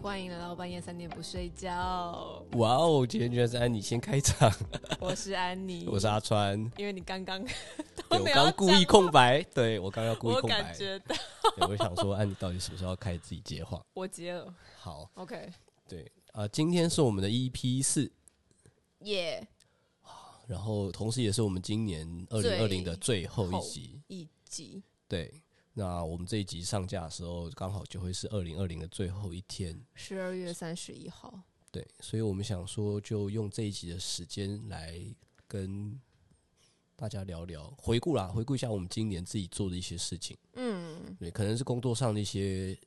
欢迎来到半夜三点不睡觉，哇哦，今天居然是安妮先 开场，我是安妮， 我是阿川，因为你刚刚对都我没有刚故意讲空白，对我刚刚要故意我空白感，觉到对我想说安妮到底什么时候要开始自己接话？我结了好， ，OK，对啊、呃今天是我们的 EP 四，耶、然后同时也是我们今年二零二零的最后一集，一集，对。那我们这一集上架的时候，刚好就会是二零二零的最后一天，十二月三十一号，对，所以我们想说，就用这一集的时间来跟大家聊聊，回顾啦，回顾一下我们今年自己做的一些事情。嗯，对，可能是工作上的一些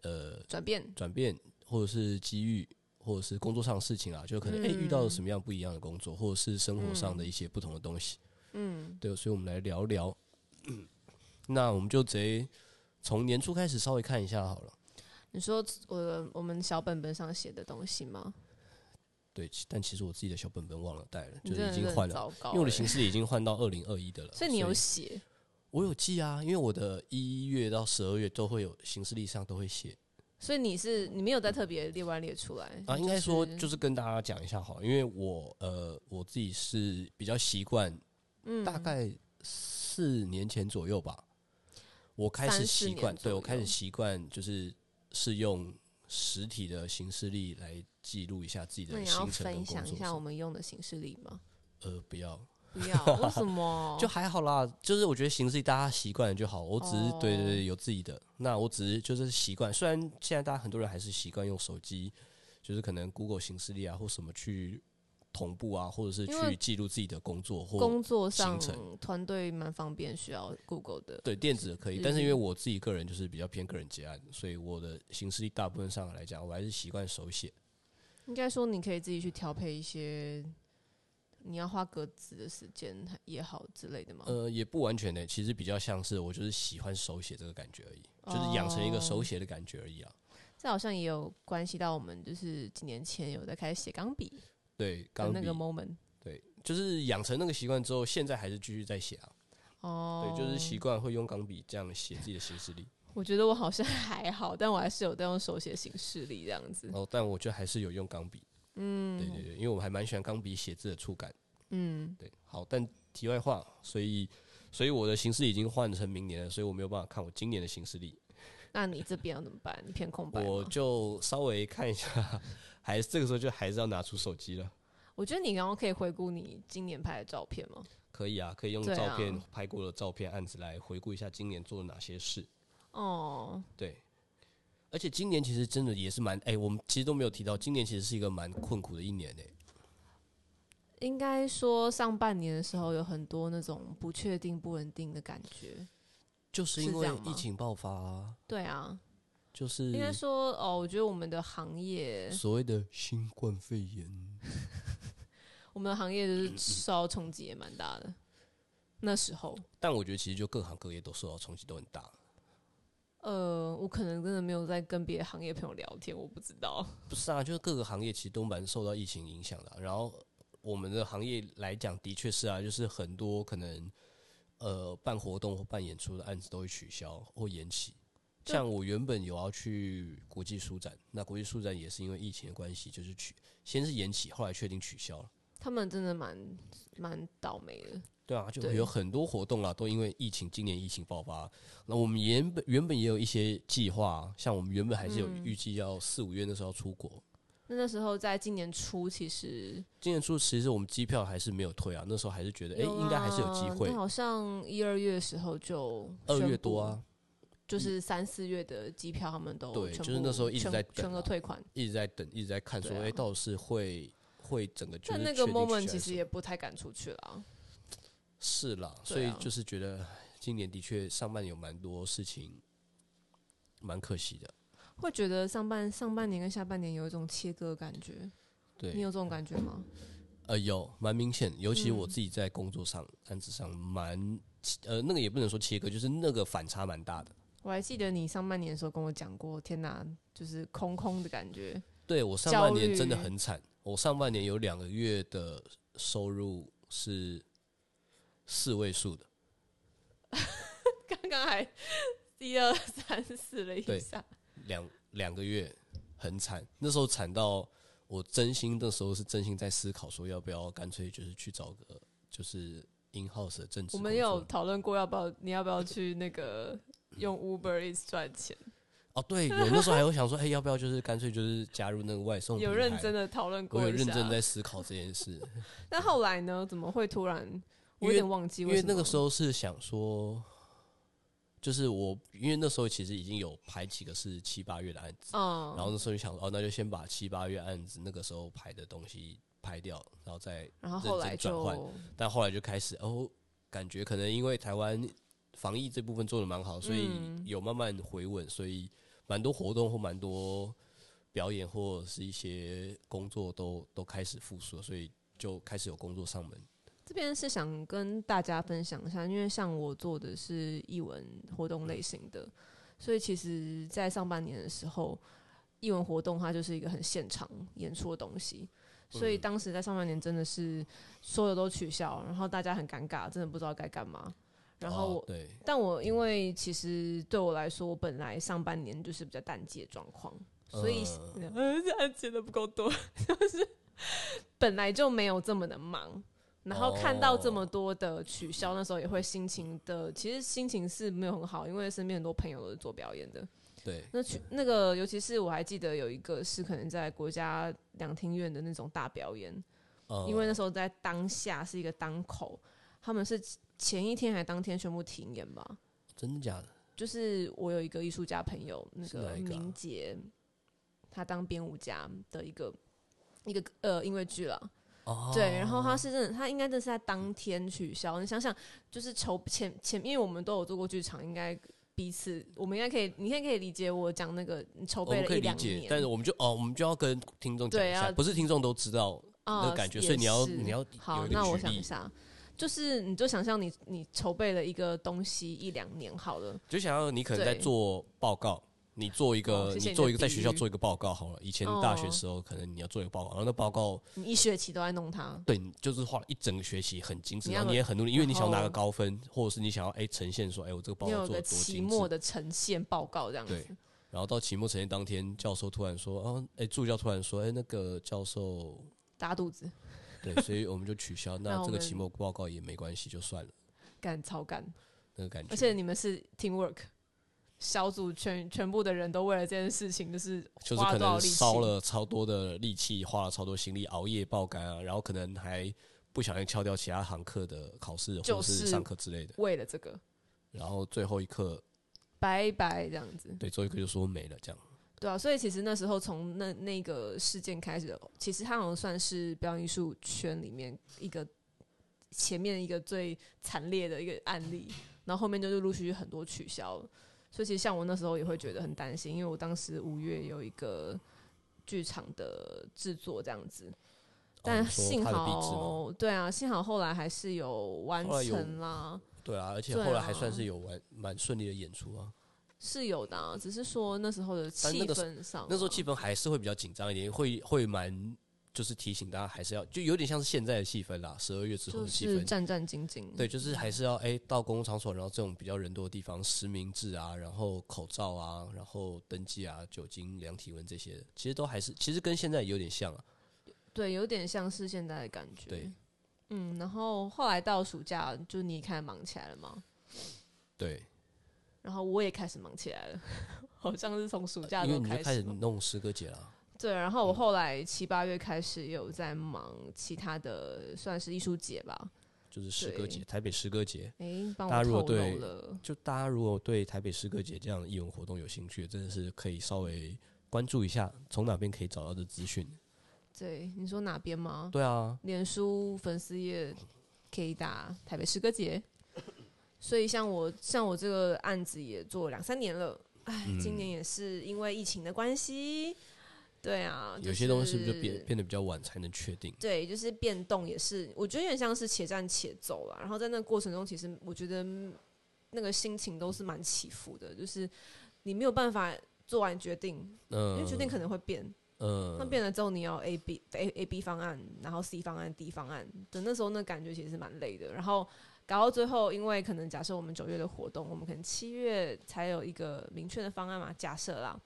呃转变，转变，或者是机遇，或者是工作上的事情啊，就可能诶、遇到嗯了什么样不一样的工作，或者是生活上的一些不同的东西。嗯，对，所以我们来聊聊。 那我们就直接从年初开始稍微看一下好了。你说我的我们小本本上写的东西吗？对，其但其实我自己的小本本忘了带了，你就是真已的经是很换了。糟糕、因为我的欸形式已经换到二零二一的了，所以你有写，我有记啊，因为我的一月到十二月都会有行事历上都会写所以你是你没有再特别列完列出来啊，应该说是就是跟大家讲一下好了，因为我呃我自己是比较习惯，嗯大概四年前左右吧，我开始三四习年惯，对我左开始右习惯就是是用实体的行事历来记录一下自己嗯那的你要行程分跟工享一作下我上。们用的形式力 吗？呃，不要，不要，为什么？就还好啦，就是我觉得形式大家习惯了就好。我只是、哦对对对有自己的，那我只是就是习惯。虽然现在大家很多人还是习惯用手机，就是可能 Google 形式力啊或什么去同步啊，或者是因为去记录自己的工作或工作上行程团队蛮方便，需要 Google 的。对电子的可以。嗯但是因为我自己个人就是比较偏个人结案，所以我的形式力大部分上来讲，我还是习惯手写。应该说你可以自己去调配一些你要花格子的时间也好之类的嘛。呃，也不完全的、其实比较像是我就是喜欢手写这个感觉而已，就是养成一个手哦写的感觉而已啊。这好像也有关系到我们就是几年前有在开始写钢笔对，的刚那毕个 moment。对，就是养成那个习惯之后，现在还是继续在写啊。哦，对，就是习惯会用钢笔这样写自己的行事历。我觉得我好像还好，但我还是有在用手写形式力这样子。哦，但我觉得还是有用钢笔。嗯，对对对，因为我还蛮喜欢钢笔写字的触感。嗯，对，好，但题外话，所以所以我的形式历已经换成明年了，所以我没有办法看我今年的形式历。那你这边要怎么办？你偏空白吗我就稍微看一下， 还是这个时候就还是要拿出手机了。我觉得你刚刚可以回顾你今年拍的照片吗？可以啊，可以用对啊照片、拍过的照片案子来回顾一下今年做了哪些事。哦，对，而且今年其实真的也是蛮哎、我们其实都没有提到，今年其实是一个蛮困苦的一年哎、应该说上半年的时候有很多那种不确定、不稳定的感觉。就是是因这为样吗疫情爆发、啊，对啊，就是应该说哦，我觉得我们的行业，所谓的新冠肺炎。我们的行业就是受到冲击也蛮大的。那时候，但我觉得其实就各行各业都受到冲击都很大，呃，我可能真的没有在跟别的行业朋友聊天，我不知道。不是啊，就是各个行业其实都蛮受到疫情影响的啊、然后我们的行业来讲，的确是啊，就是很多可能呃办活动或办演出的案子都会取消或延期。就像我原本有要去国际书展，那国际书展也是因为疫情的关系，就是取先是延期，后来确定取消了。他们真的蛮蛮倒霉的。对啊，就对有很多活动啊，都因为疫情，今年疫情爆发。那我们原本原本也有一些计划啊，像我们原本还是有嗯预计要四五月那时候要出国，那那时候在今年初，其实今年初其实我们机票还是没有退啊，那时候还是觉得哎、诶有啦应该还是有机会但。好像一二月的时候就二宣月布多啊，就是三四月的机票，他们都对全就是部那时候一直全在等全额啊退款。一直在等，一直在看说，对哎、啊到底是会会整个就是但那确个定取 moment 消其还实是也不太敢出去了。是啦，所对以啊就是觉得唉今年的确上半年有蛮多事情，蛮可惜的。会觉得上半上半年跟下半年有一种切割的感觉，你对，有这嗯种感觉吗？呃，有蛮明显，尤其我自己在工作上、案子上蛮呃那个也不能说切割，就是那个反差蛮大的。我还记得你上半年的时候跟我讲过，天哪，就是空空的感觉。 对我上焦半年真的虑很惨，我上半年有两个月的收入是四位数的。刚刚还一二三四了一对下，两两个月很惨，那时候惨到我真心那时候是真心在思考说要不要干脆就是去找个就是 in house 的正职我工作。们有讨论过要不要，你要不要去那个用 Uber Eats 赚钱？哦，对，有那时候还有想说，哎、要不要就是干脆就是加入那个外送？有认真，的讨论我过有一认下。真在思考这件事，但后来呢？怎么会突然？我有点忘记因为什么那个时候是想说，就是我因为那时候其实已经有排几个是七八月的案子，嗯，然后那时候就想说，哦，那就先把七八月案子那个时候排的东西排掉，然后再，然后后来认真转换就但后来就开始哦，感觉可能因为台湾防疫这部分做的蛮好，所以嗯有慢慢回稳，所以蛮多活动或蛮多表演或是一些工作都都开始复苏了，所以就开始有工作上门。这边是想跟大家分享一下，因为像我做的是译文活动类型的，所以其实，在上半年的时候，译文活动它就是一个很现场演出的东西，所嗯以当时在上半年真的是所有都取消，然后大家很尴尬，真的不知道该干嘛。然后我哦、对，但我因为其实对我来说，我本来上半年就是比较淡季的状况，所以嗯呃，这案件的不够多， 就是本来就没有这么的忙，然后看到这么多的取消，那时候也会心情的，其实心情是没有很好，因为身边很多朋友都是做表演的，对，那去那个，尤其是我还记得有一个是可能在国家两厅院的那种大表演，嗯因为那时候在当下是一个当口，他们是前一天还当天宣布停演吧，真的假的？就是我有一个艺术家朋友，那是哪一个啊明杰，他当编舞家的一个一个呃音乐剧了。哦，对，然后他是真的，他应该真的是在当天取消。你想想，就是筹前前，因为我们都有做过剧场，应该彼此我们应该可以，你应该可以理解我讲那个你筹我备们了可以一理两解年，，但是我们就哦，我们就要跟听众讲对一下，要不是听众都知道啊那感觉，也所以你要是你要好有，一个那我举想例一下。就是，你就想象你你筹备了一个东西一两年好了，就想要你可能在对做报告，你做一个、哦谢谢你你做的一个在比学校喻做一个报告好了。以前哦大学时候可能你要做一个报告，然后那报告你一学期都在弄它，对你就是花了一整个学期很精致，你然后要你也很努力，因为你想要拿个然后高分，或者是你想要哎、呈现说哎、我这个报你告有做个的多期精末致。的呈现报告这样子对。然后到期末呈现当天，教授突然说啊哎、助教突然说哎、那个教授打肚子，对，所以我们就取 消，那那我这个们期末报告也没关系，就算了干超干，那个感觉。而且你们是 team work，小组全全部的人都为了这件事情，就是就是花可了多少能力气烧了超多的力气，花了超多心力，熬夜爆肝啊，然后可能还不小心敲掉其他堂课的考试或就者是是上课之类的，为了这个然后最后一刻，拜拜这样子，对，最后一刻就说没了，这样对啊，所以其实那时候从那那个事件开始，其实它好像算是表演艺术圈里面一个前面一个最惨烈的一个案例，然后后面就是陆续很多取消了。所以其实像我那时候也会觉得很担心，因为我当时五月有一个剧场的制作这样子，但哦说幸他的壁纸嘛，好，对啊，幸好后来还是有完后来有成啦，对啊，而且对后来啊还算是有完蛮顺利的演出啊，是有的、啊，只是说那时候的但气那个氛上啊、那时候气氛还是会比较紧张一点，会会蛮就是提醒大家还是要，就有点像是现在的气氛啦，十二月之后就的气是氛。战战兢兢，对，就是还是要哎、到公共场所，然后这种比较人多的地方，实名制啊，然后口罩啊，然后登记啊，酒精、量体温这些，其实都还是，其实跟现在有点像啊。对，有点像是现在的感觉。对，嗯，然后后来到暑假，就你也开始忙起来了嘛，对，然后我也开始忙起来了， 好像是从暑假因为都你就开始始嗯嘛。弄诗歌节啦。对，然后我后来七八月开始也有在忙其他的，算是艺术节吧。就是诗歌节，对台北诗歌节。诶，帮大家我如果透露对了，就大家如果对台北诗歌节这样的艺文活动有兴趣，真的是可以稍微关注一下，从哪边可以找到这资讯。对，你说哪边吗？对啊，脸书粉丝页可以打台北诗歌节。所以像我像我这个案子也做了两三年了，哎、嗯今年也是因为疫情的关系，对啊，有些东西是不是就变变得比较晚才能确定？对，就是变动也是，我觉得有点像是且战且走啊啦。然后在那个过程中，其实我觉得嗯那个心情都是蛮起伏的，就是你没有办法做完决定，因嗯、为决定可能会变，嗯、那变了之后，你要 A B A A B 方案，然后 C 方案，D 方案的那时候，那感觉其实是蛮累的。然后搞到最后，因为可能假设我们九月的活动，我们可能七月才有一个明确的方案嘛，假设啦。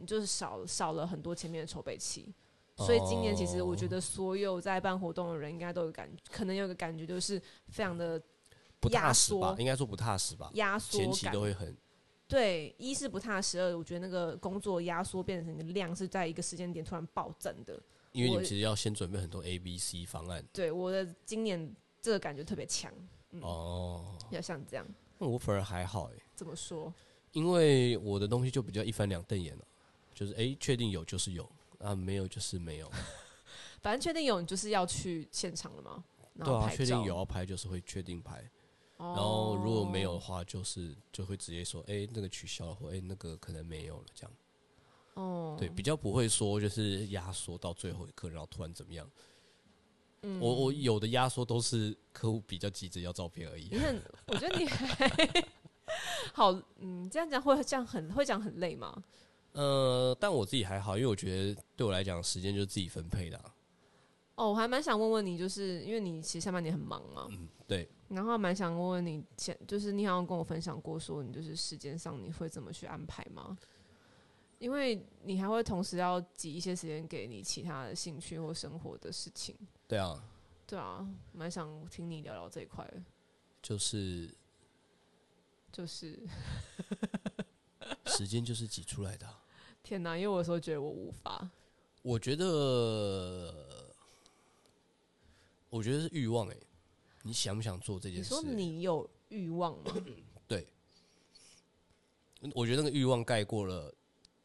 你就是少少了很多前面的筹备期。所以今年其实我觉哦得所有在办活动的人应该都有感，可能有个感觉就是非常的不踏压实吧，缩应该说不踏实吧，压缩前期感都。会很对，一是不踏实，二我觉得那个工作压缩变成一个量是在一个时间点突然暴增的。因为你们我其实要先准备很多 A、B、C 方案对我的今年这个感觉特别强，哦。比较像这样。那我反而还好诶，怎么说？因为我的东西就比较一翻两瞪眼了，就是诶，确定有就是有啊，没有就是没有。反正确定有，你就是要去现场了吗？然对后啊，拍确定照哦有。要拍就是会确定拍，然然后如果没有的话，就是就会直接说诶，那个取消了，或诶，那个可能没有了这样。哦，对，比较不会说就是压缩到最后一刻，然后突然怎么样。嗯我我有的压缩都是客户比较急着要照片而已你。很，我觉得你还好，嗯，这样讲会这样很会讲很累吗？呃，但我自己还好，因为我觉得对我来讲，时间就是自己分配的啊、哦，我还蛮想问问你，就是因为你其实下半年很忙嘛，嗯，对，然后还蛮想问问你前，就是你好像跟我分享过，说你就是时间上你会怎么去安排吗？因为你还会同时要挤一些时间给你其他的兴趣或生活的事情，对啊，对啊，蛮想听你聊聊这一块的，就是就是时间就是挤出来的啊、天哪，因为我有时候觉得我无法，我觉得，我觉得是欲望哎、你想不想做这你件事？说你有欲望吗？对，我觉得那个欲望盖过了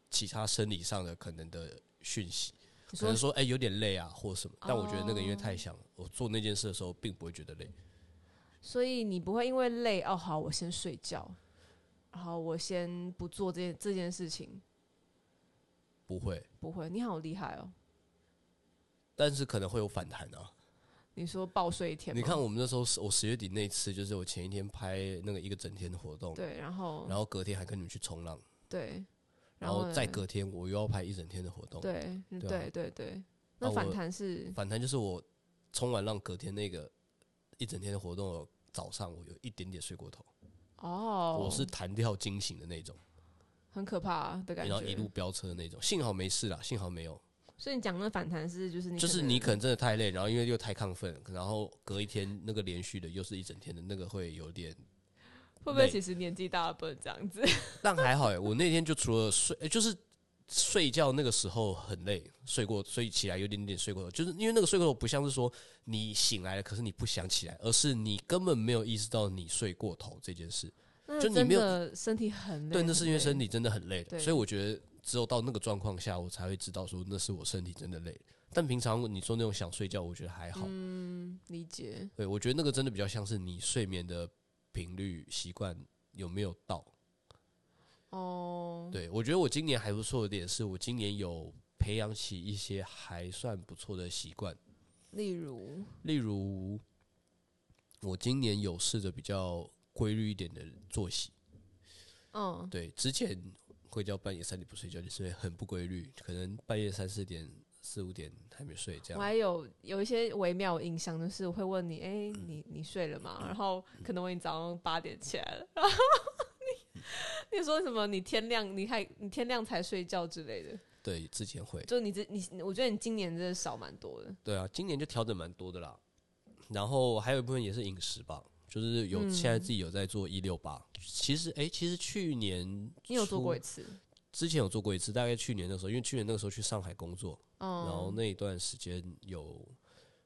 其他生理上的可能的讯息。你可说能说哎、有点累啊或什么，但我觉得那个因为哦太想，我做那件事的时候并不会觉得累。所以你不会因为累哦，好，我先睡觉，然后我先不做这件这件事情，不会，不会。你好厉害哦！但是可能会有反弹啊。你说暴睡一天吗，你看我们那时候，我十月底那次，就是我前一天拍那个一个整天的活动，对，然后然后隔天还跟你们去冲浪，对，然后后再呢隔天我又要拍一整天的活动。对对对啊对对那啊我反弹是、反弹就是我冲完浪隔天那个一整天的活动，我早上我有一点点睡过头，哦，我是弹跳惊醒的那种，很可怕的感然觉。后一路飙车的那种。幸好没事啦，幸好没有。所以你讲的反弹是就是你就是你可能真的太累，然后因为又太亢奋，然后隔一天那个连续的又是一整天的那个会有点，会不会累其实年纪大了不能这样子？但还好哎、我那天就除了睡，呃就是睡觉那个时候很累，睡过，所以起来有点点睡过头，就是因为那个睡过头不像是说你醒来了，可是你不想起来，而是你根本没有意识到你睡过头这件事。那就你真没有的身体很累，对，那很是因为累身体真的很累了，对所以我觉得只有到那个状况下，我才会知道说那是我身体真的累了。但平常你说那种想睡觉，我觉得还好。嗯理解。对，我觉得那个真的比较像是你睡眠的频率习惯有没有到。哦，对我觉得我今年还不错的点是，我今年有培养起一些还算不错的习惯，例如，例如我今年有试着比较规律一点的作息。嗯，对，之前会叫半夜三点不睡觉，就是因为很不规律，可能半夜三四点、四五点还没睡这我样。还有有一些微妙的印象，就是我会问你，哎、嗯你你睡了吗？然后可能我已经早上八点起来了， 然后你你说什么？你天亮你还你天亮才睡觉之类的，对，之前会。就你这你，我觉得你今年真的少蛮多的。对啊，今年就调整蛮多的啦。然后还有一部分也是饮食吧，就是嗯有、现在自己有在做一六八。其实诶，其实去年你有做过一初，次？之前有做过一次，大概去年的时候，因为去年那个时候去上海工作，然后嗯，那一段时间有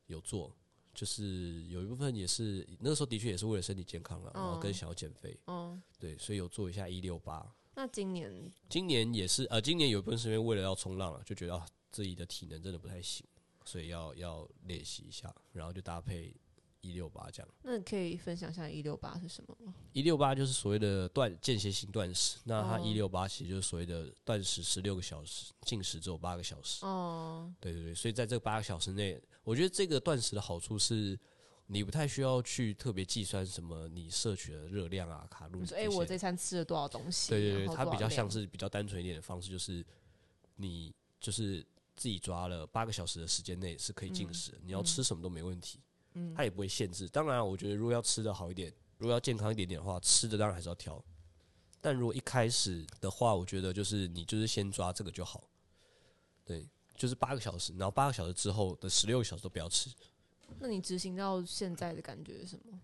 有做，就是有一部分也是那个时候的确也是为了身体健康了，然后跟嗯想要减肥，嗯，对，所以有做一下一六八。那今年今年也是呃，今年有一部分是因为为了要冲浪了，就觉得啊自己的体能真的不太行，所以要要练习一下，然后就搭配一六八这样。那你可以分享一下一六八是什么吗？一六八就是所谓的断间歇性断食，那它哦一六八其实就是所谓的断食十六个小时，进食只有八个小时。哦，对对对，所以在这八个小时内，我觉得这个断食的好处是。你不太需要去特别计算什么你摄取的热量啊、卡路你里说些。哎、诶我这餐吃了多少东西？对对然对，后它多比少较像量是比较单纯一点的方式，就是你就是自己抓了八个小时的时间内是可以进食的，你要吃什么都没问题，嗯它也不会限制。当然，我觉得如果要吃的好一点，如果要健康一点点的话，吃的当然还是要挑，但如果一开始的话，我觉得就是你就是先抓这个就好，对，就是八个小时，然后八个小时之后的十六个小时都不要吃。那你执行到现在的感觉是什嗯么？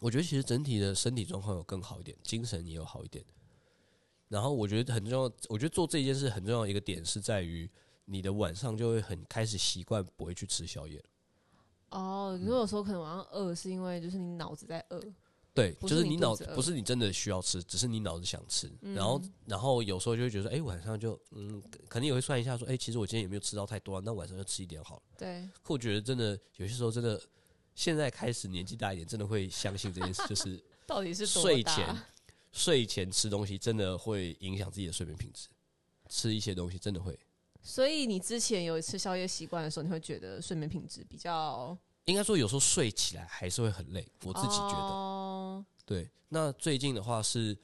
我觉得其实整体的身体状况有更好一点，精神也有好一点。然后我觉得很重要，我觉得做这件事很重要的一个点是在于你的晚上就会很开始习惯不会去吃宵夜了。哦，你说有时候可能晚上饿是因为就是你脑子在饿，对，不就是是你你肚脑子饿嗯不是你真的需要吃，只是你脑子想吃。然后然后有时候就会觉得说，哎、晚上就嗯，可能也会算一下说，哎、其实我今天也没有吃到太多、啊，那晚上就吃一点好了。对，可我觉得真的有些时候真的，现在开始年纪大一点，真的会相信这件事，就是到底是多睡大前睡前吃东西真的会影响自己的睡眠品质，吃一些东西真的会。所以你之前有吃宵夜习惯的时候，你会觉得睡眠品质比较应该说有时候睡起来还是会很累，我我自己觉得。哦、对，那最近的话是，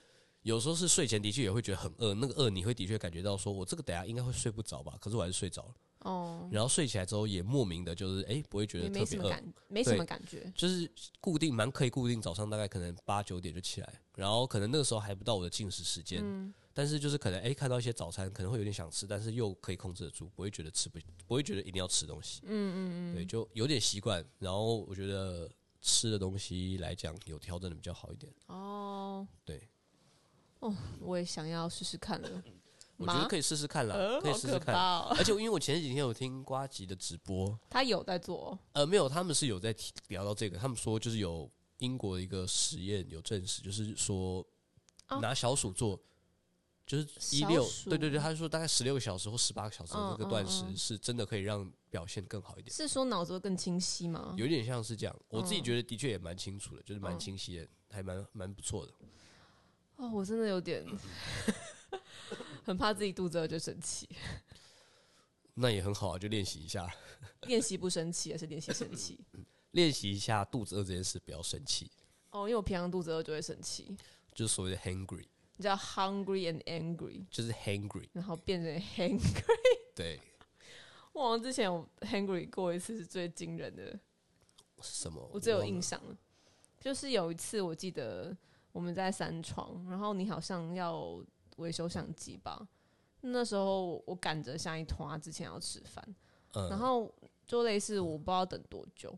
有时候是睡前的确也会觉得很饿，那个饿你会的确感觉到说，我这个等下应该会睡不着吧，可是我还是睡着了。哦，然后睡起来之后也莫名的就是，哎、不会觉也得没特什别么饿，感，没什么感觉。就是固定蛮可以固定早上大概可能八九点就起来，然后可能那个时候还不到我的进食时间，嗯，但是就是可能哎、诶看到一些早餐可能会有点想吃，但是又可以控制得住，不会觉得吃不不会觉得一定要吃东西，嗯嗯嗯，对，就有点习惯。然后我觉得吃的东西来讲有调整的比较好一点，哦，对。我也想要试试看了。我觉得麻可以试试看啦，呃可以好试试可看。怕哦而且因为我前几天有听瓜吉的直播，他有在做呃，没有，他们是有在提聊到这个，他们说就是有英国的一个实验有证实，就是说啊拿小鼠做，就是一小六，鼠对对对，他说大概十六个小时或十八个小时的嗯这个断食嗯嗯是真的可以让表现更好一点，是说脑子会更清晰吗？有一点像是这样，我自己哦嗯觉得的确也蛮清楚的，就是蛮嗯清晰的，还蛮蛮不错的。哦，我真的有点 很怕自己肚子饿就生气，那也很好啊，就练习一下，练习不生气还是练习生气？练习一下肚子饿这件事，不要生气，哦，因为我平常肚子饿就会生气，就是所谓的 hungry，你知道 hungry and angry，就是 hungry，然后变成 hang。对。我好像之前有 hungry 过一次是最惊人的，是什么？我最有忘了印。象了，就是有一次我记得我们在三创，然后你好像要维修相机吧，那时候我赶着下一团之前要吃饭，嗯，然后就类似我不知道等多久，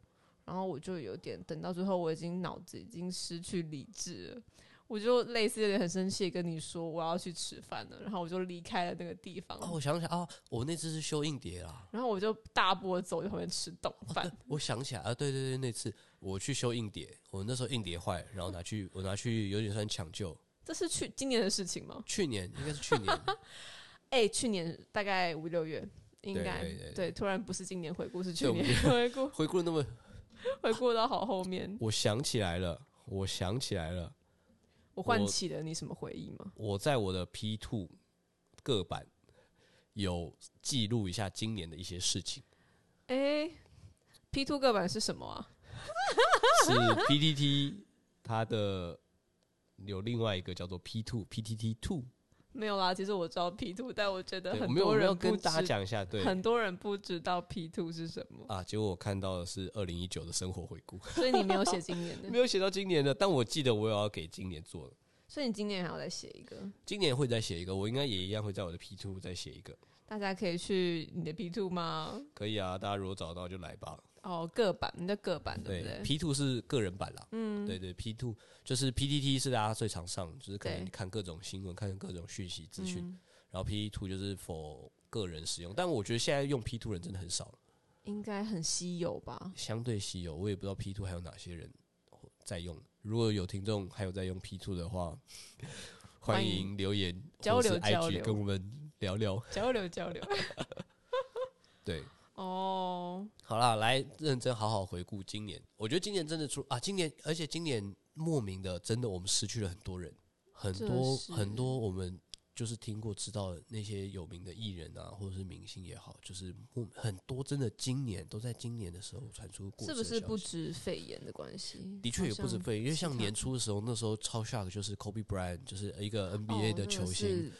然后我就有点等到最后，我已经脑子已经失去理智了，我就类似有点很生气地跟你说我要去吃饭了，然后我就离开了那个地方，哦，我想起来哦，我那次是修硬碟啦。然后我就大步地走去旁边吃冻饭，我想起来啊，对对对，那次我去修硬碟，我那时候硬碟坏了，然后拿去我拿去有点算抢救。这是去今年的事情吗？去年应该是去年，哎、去年大概五六月。应对该对对突然不是今年回顾，是去对我们年 回顾，回顾了那么，回顾到好后面，我想起来了，我想起来了，我唤我起了你什么回忆吗？我在我的 P two 各版有记录一下今年的一些事情，哎、p two 个版是什么啊？是 PTT 它的有另外一个叫做 P two PTT two，没有啦，其实我知道 P two，但我觉得对，我很没有我多没有人不跟知大家讲一下，对，很多人不知道 P two 是什么，啊，结果我看到的是二零一九的生活回顾，所以你 没有写今年没的，有写到今年的，但我记得我有要给今年做的，所以你今年还要再写一个，今年会再写一个，我应该也一样会在我的 P two 再写一个，大家可以去你的 P two 吗？可以啊，大家如果找到就来吧。哦，个版，你的个版对不对？ p two 是个人版啦，嗯，对对，P two 就是 PTT 是大家最常上，就是可能对嗯你看各种新闻、看各种讯息资讯，然后 P two 就是否个人使用，但我觉得现在用 P two 人真的很少了，应该很稀有吧？相对稀有，我也不知道 P two 还有哪些人在用。如果有听众还有在用 P two 的话，欢欢迎迎留言交流或是交 IG 流跟我们聊聊。 交流交流。对，哦，好啦，来认真好好回顾今年。我觉得今年真的出啊，今年而且今年莫名的，真的我们失去了很多人，很多这是很多我们就是听过知道的那些有名的艺人啊，或者是明星也好，就是莫很多真的今年都在今年的时候传出过是世不的是消不息止肺炎的关系？的确也不止费，因为其像他年初的时候，那时候超 shock 就是 Kobe Bryant，就是一个好像 NBA 的球哦星，那个是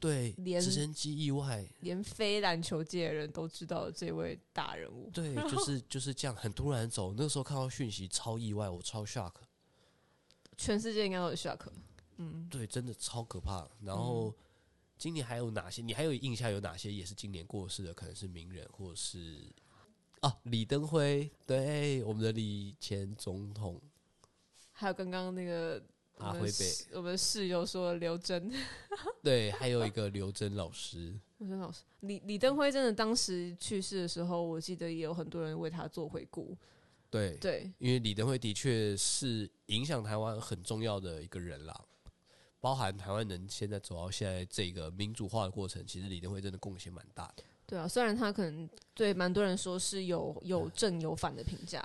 对连直升机意外，连非篮球界的人都知道的这位大人物。对， 就是就是这样，很突然走。那时候看到讯息超意外，我超 shock。全世界应该都有 shock，嗯，对，真的超可怕。然后、今年还有哪些？你还有印象有哪些也是今年过世的？可能是名人，或者是啊，李登辉，对，我们的李前总统还有刚刚那个我阿们辉室北，我们室友说的刘真， 对，还有一个刘真老师，刘真老师，李李登辉真的当时去世的时候，我记得也有很多人为他做回顾，对，对，因为李登辉的确是影响台湾很重要的一个人啦，包含台湾人现在走到现在这个民主化的过程，其实李登辉真的贡献蛮大的。对啊，虽然他可能对蛮多人说是有有正有反的评价，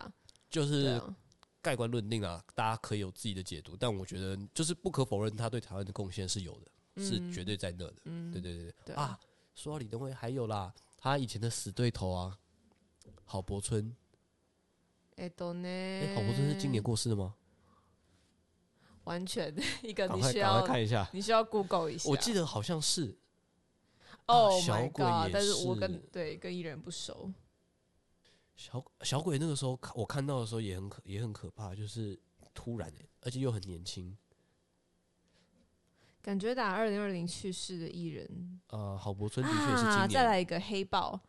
就对是啊，盖棺论定啊，大家可以有自己的解读，但我觉得就是不可否认，他对台湾的贡献是有的，是绝对在那的。嗯，对对对对啊，说到李登辉，还有啦，他以前的死对头啊，郝柏村，哎，懂呢，哎、郝柏村是今年过世的吗？完全一个赶呃你快需赶快要看一下，你需要 Google 一下，我记得好像是哦啊小 my 鬼也 god！但是我跟是对跟艺人不熟，小小鬼那个时候看我看到的时候也很可也很可怕，就是突然、欸，而且又很年轻。感觉打二零二零去世的艺人呃，郝柏村的确是啊，今再年来一个黑豹，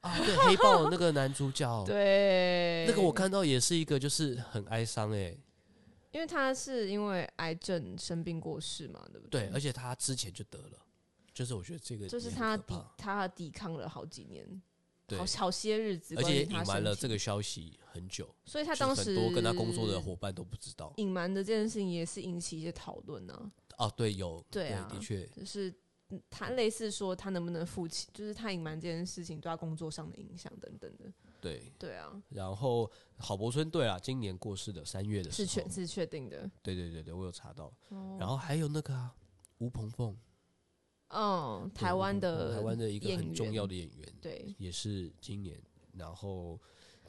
啊对黑豹的那个男主 角，对，哦那个我，看到也是一个就是很哀伤哎、因为他是因为癌症生病过世嘛，对不对，而且他之前就得了，就是我觉得这个嗯就是也很他可抵怕他抵抗了好几年，对好，好些日子，而关于且隐他瞒身了体这个，消息很久，所以他就是当很时多跟他工作的伙伴都不知道。隐瞒的这件事情也是引起一些讨论啊，哦，对，有对啊的确，就是嗯他类似说他能不能负起，就是他隐瞒这件事情对他工作上的影响等等的，对。对啊，然后郝柏村对啊，今年过世的三月的时是候，确是确定的，对对对对，我有查到。哦然后还有那个啊，吴鹏凤，嗯，台湾的台湾的一个演很重员要的演员，对。也是今年。然后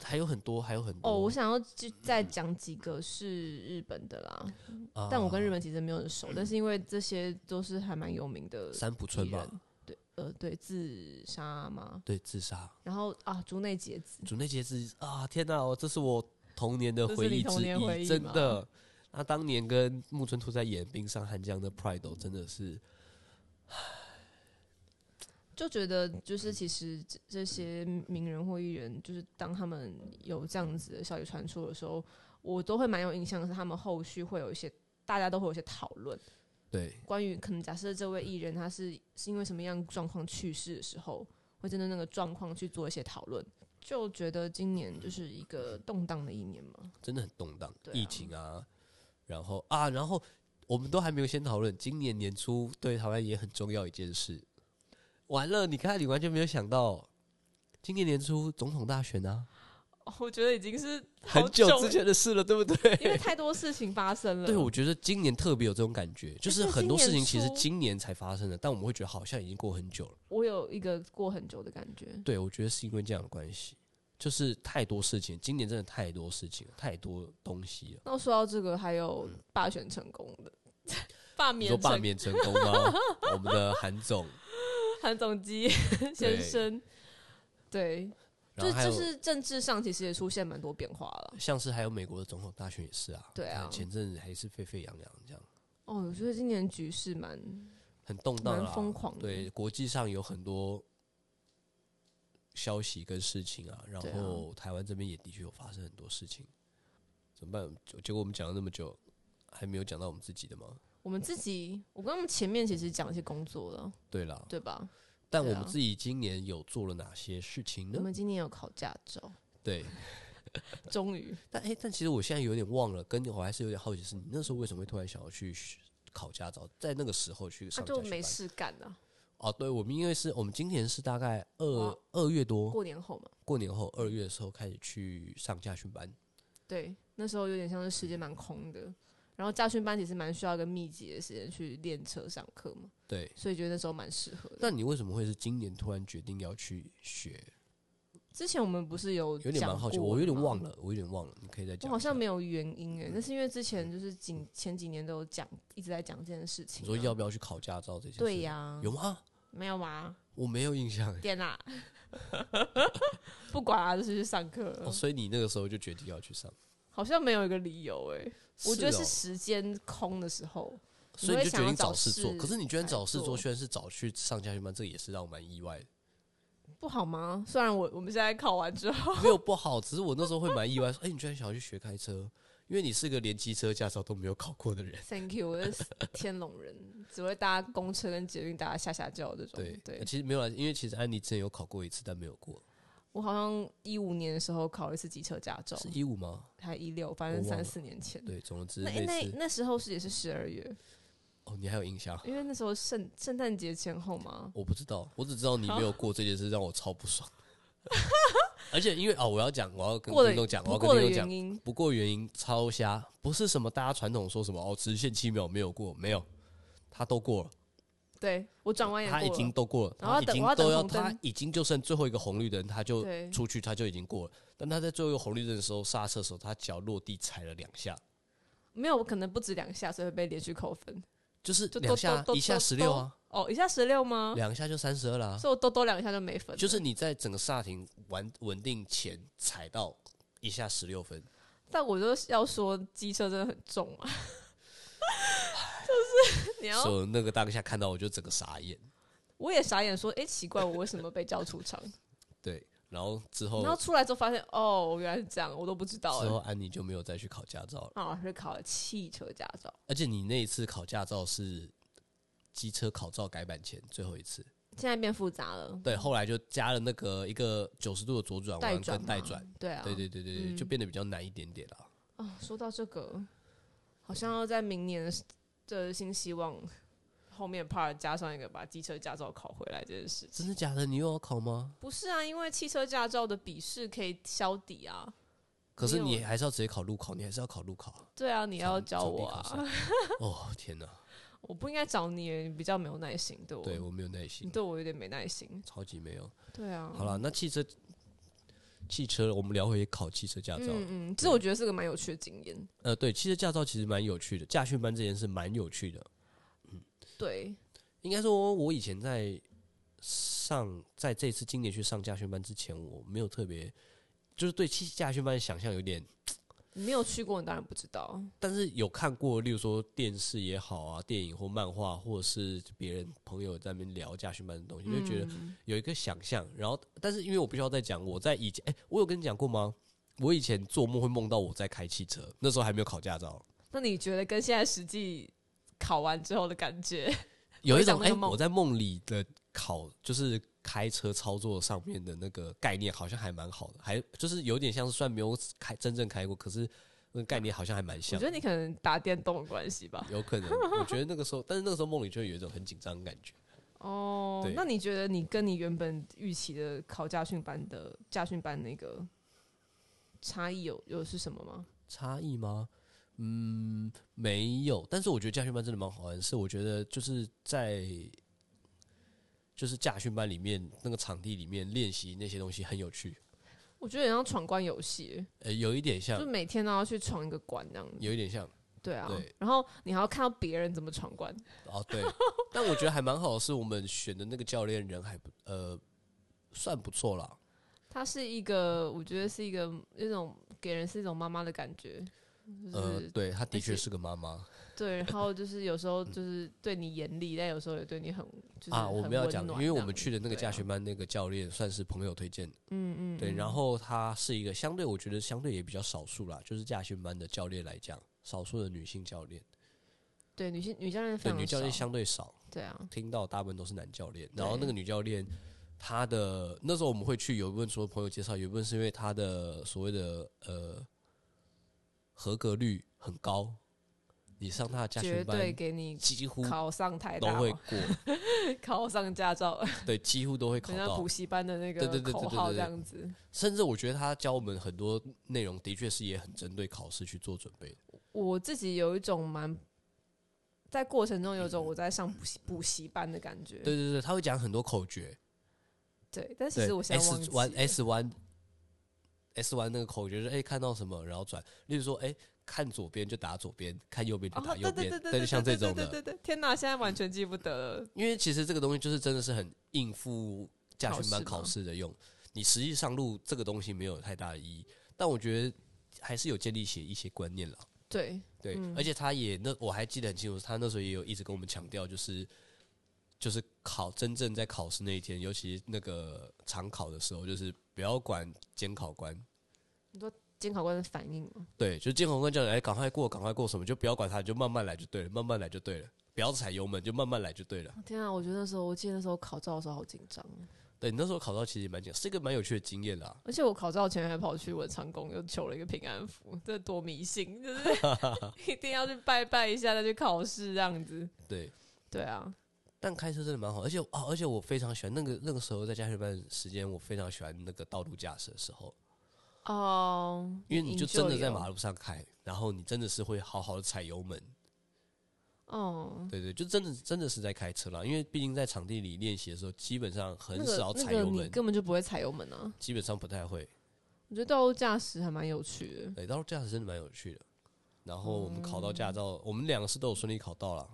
还有很多，还有很多。哦，我想要就再讲几个是日本的啦，啊但我跟日本其实没有很熟，但是因为这些都是还蛮有名的三浦春艺嘛人，呃，对，自杀嘛，对自杀，然后啊，竹内结子，竹内结子啊，天哪、哦，这是我童年的这回忆是你童之年回忆一，真吗的。那当年跟木村拓哉演冰上悍将的 Pride 哦真的是就觉得就是嗯其实这这些名人或艺人，就是当他们有这样子的消息传出的时候，我都会蛮有印象，的是他们后续会有一些大家都会有一些讨论，对关于可能假设这位艺人他是是因为什么样状况去世的时候，会针对那个状况去做一些讨论。就觉得今年就是一个动荡的一年嘛，真的很动荡，对啊疫情啊，然后啊，然后我们都还没有先讨论，今年年初对台湾也很重要一件事。完了，你看你完全没有想到，今年年初总统大选啊，哦我觉得已经是很久之，前的事了，对不因为对？太多事情发生了。 对，我觉得今年特别有这种感觉，就是很多事情其今实年初今年才发生的，但我们会觉得好像已经过很久了。我有一个过很久的感觉。对，我觉得是因为这样的关系，就是太多事情，今年真的太多事情了，太多东西了。那说到这个，还有罢选成功的， 罢嗯你免说成罢免成功吗？我们的韩总，韩总机先生，对，然后还就有、就是政治上其实也出现蛮多变化了。像是还有美国的总统大选也是啊，对啊看前阵子还是沸沸扬扬这样，哦，我觉得今年局势蛮很动荡蛮啊，疯狂的，对，国际上有很多消息跟事情啊，然对啊后台湾这边也的确有发生很多事情，怎么办？结结果我们讲了那么久，还没有讲到我们自己的吗？我们自己，我跟他们前面其实讲一些工作了，对啦，对吧？但对我啊们自己今年有做了哪些事情我呢？们今年有考驾照，对，终 于但哎、但其实我现在有点忘了，跟我还是有点好奇，是你那时候为什么会突然想要去学考驾照？在那个时候去他上驾啊就训没班事干了，哦，对，我们因为是我们今年是大概哇二二月多，过年后嘛，过年后二月的时候开始去上驾训班，对，那时候有点像是时间蛮空的。然后驾训班其实蛮需要一个密集的时间去练车上课嘛，对。所以觉得那时候蛮适合的。那你为什么会是今年突然决定要去学？之前我们不是有有点蛮讲好奇，过我有点吗忘，了，我有点忘了，你可以再我讲一下。嗯好像没有原因哎、那是因为之前就是几前几年都有讲，一直在讲这件事情、你啊。说要不要去考驾照这件事？对呀、有吗？没有吗？我没有印象、欸天哪、 不管啊，就是去上课了、哦，所以你那个时候就决定要去上。欸好像没有一个理由哎、我觉得哦是时间空的时候，所以你就决定找事你会想要找做。事可是你居然找事来做，做居然是找去上家训班，这也是让我蛮意外 的。不好吗？虽然我我们现在考完之 后，没有不好，只是我那时候会蛮意外，说：“哎、你居然想要去学开车？”因为你是个连机车驾照都没有考过的人。 Thank you，我是天龙人，只会搭公车跟捷运，大家吓吓叫这种。对对，其实没有啦，因为其实安妮之前有考过一次，但没有过，我好像一五年的时候考了一次机车驾照，是一五吗？还一六，反正我忘了三四年前。对，总之嗯那那那次那时候是也是十二月，哦，你还有印象？因为那时候圣圣诞节前后嘛。我不知道，我只知道你没有过这件事，让我超不爽。 而且因为哦，我要讲，我要跟过的听众讲，我不要跟过的听众讲原，因，不过原因超瞎，不是什么大家传统说什么哦，直线七秒没有过，没有，他都过了，对我转弯也过他已经了，都过了，然后他已等经我要等都要，红灯他已经就剩最后一个红绿灯，他就对出去，他就已经过了。但他在最后一个红绿灯的时候刹车的时候，他脚落地踩了两下，没有，我可能不止两下，所以会被连续扣分。就是就两都下都都一下都十六啊，哦，一下十六吗？两下就三十二啦。所以我兜兜两下就没分了。就是你在整个刹停完稳定前踩到一下十六分，但我就是要说，机车真的很重啊，就是你要，所以那个当下看到我就整个傻眼。我也傻眼说，哎、奇怪，我为什么被叫出 场？对，然后之后然后出来之后发现，哦，原来是这样，我都不知道之后哎。安妮就没有再去考驾照了。啊，是考了汽车驾照，而且你那一次考驾照是机车考照改版前最后一次，现在变复杂了，对，后来就加了那个一个九十度的左转带弯转嘛跟带转，，对啊，对对对对对，就变得比较难一点点啦。啊，说到这个，好像要在明年的新希望后面 part 加上一个把机车驾照考回来这件事真情。的假的？你又要考吗？不是啊，因为汽车驾照的笔试可以消底啊。可是没有你还是要直接考路考，你还是要考路考啊。对啊，你你要教我啊！！ 哦天哪，我不应该找你，你比较没有耐心，对我，对我没有耐你心，对我有点没耐心。超级没有。对啊，好了，那汽车汽车，我们聊回考汽车驾照。嗯嗯，这我觉得是个蛮有趣的经验。呃，对，汽车驾照其实蛮有趣的，驾训班这件事蛮有趣的。对，应该说，我以前在上，在这次今年去上驾训班之前，我没有特别，就是对汽驾训班的想象有点，你没有去过，你当然不知道。但是有看过，例如说电视也好啊，电影或漫画，或者是别人朋友在那边聊驾训班的东西，就觉得有一个想象。然后，但是因为我必须要再讲，我在以前，哎、我有跟你讲过吗？我以前做梦会梦到我在开汽车，那时候还没有考驾照，那你觉得跟现在实际考完之后的感觉？有一回想种那哎、个梦我在梦里的考就是开车操作上面的那个概念，好像还蛮好的，还就是有点像是虽然没有开真正开过，可是那个概念好像还蛮我像觉。得你可能打电动的关系吧。有可能，我觉得那个时候，但是那个时候梦里就会有一种很紧张的感觉。哦对，那你觉得你跟你原本预期的考驾训班的驾训班那个差异有有是什么吗？差异吗？嗯，没有。但是我觉得驾训班真的蛮好玩，是我觉得就是在就是驾训班里面那个场地里面练习那些东西很有趣，我觉得很像闯关游戏，呃，有一点就像，每天都要去闯一个关这样子。有一点像。对啊，对然后你还要看到别人怎么闯关，哦，对，但我觉得还蛮好，的，是我们选的那个教练人还不呃算不错啦。它是一个，我觉得是一个那种给人是一种妈妈的感觉，就是、呃，对，她的而确且是个妈妈对，然后就是有时候就是对你严厉，但有时候也对你很就是啊。我很们要温讲，因暖为这我样们去的那个对驾啊训班那个教练算是朋友推荐的，嗯嗯对。嗯然后她是一个相对，我觉得相对也比较少数啦，就是驾训班的教练来讲，少数的女性教练，对女性女教练非对常女教练少相对少，对啊，听到大部分都是男教练。然后那对个女教练，她的那时候我们会去，有一部分说朋友介绍，有一部分是因为她的所谓的呃合格率很高，你上她的家绝训对班给你几乎考上台都大会嘛， 过，考上驾照，对，几乎都会考人家到补。习班的那对个对对对口对号对这样子。甚至我觉得她教我们很多内容，的确是也很针对考试去做准备的。我自己有一种蛮，在过程中有一种我在上补习补习班的感觉。对对对，她会讲很多口诀，对，但其对实我现在忘 S 记弯了 S 弯 S 弯那个口诀是哎、看到什么然后转，例如说哎、看左边就打左边，看右边就哦，打对右对边，对对对，对，像这对种对对的。对对，天哪，现在完全记不得 了。因为其实这个东西就是真的是很应付驾训班考试吗考试的用，你实际上路这个东西没有太大的意义，但我觉得还是有建立起一些观念了。对，对，嗯而且他也那我还记得很清楚，他那时候也有一直跟我们强调，就是就是考真正在考试那一天，尤其那个常考的时候，就是不要管监考官，监考官的反应哦嘛，对，就监考官叫你哎赶快过，赶快过什么，就不要管他，你就慢慢来就对了，慢慢来就对了，不要踩油门，就慢慢来就对了。天啊！我觉得那时候，我记得那时候考照的时候好紧张哦，对，你那时候考到其实也蛮紧，是一个蛮有趣的经验啦。而且我考照前还跑去文昌宫又求了一个平安符， 这多迷信， 就是 一定要去拜拜一下再去考试这样子。对，对啊，但开车真的蛮好，而且啊、而且我非常喜欢那个那个时候在家学班时间，我非常喜欢那个道路驾驶的时候。哦、因为你就真的在 enjoy 哦马路上开，然后你真的是会好好的踩油门，哦，对对，就真的真的是在开车啦。因为毕竟在场地里练习的时候，基本上很那少个那踩个油你门，根本就不会踩油门啊！基本上不太会。我觉得道路驾驶还蛮有趣的。对，道路驾驶真的蛮有趣的。然哦后我们考到驾照，我们两个是都有顺利考到啦。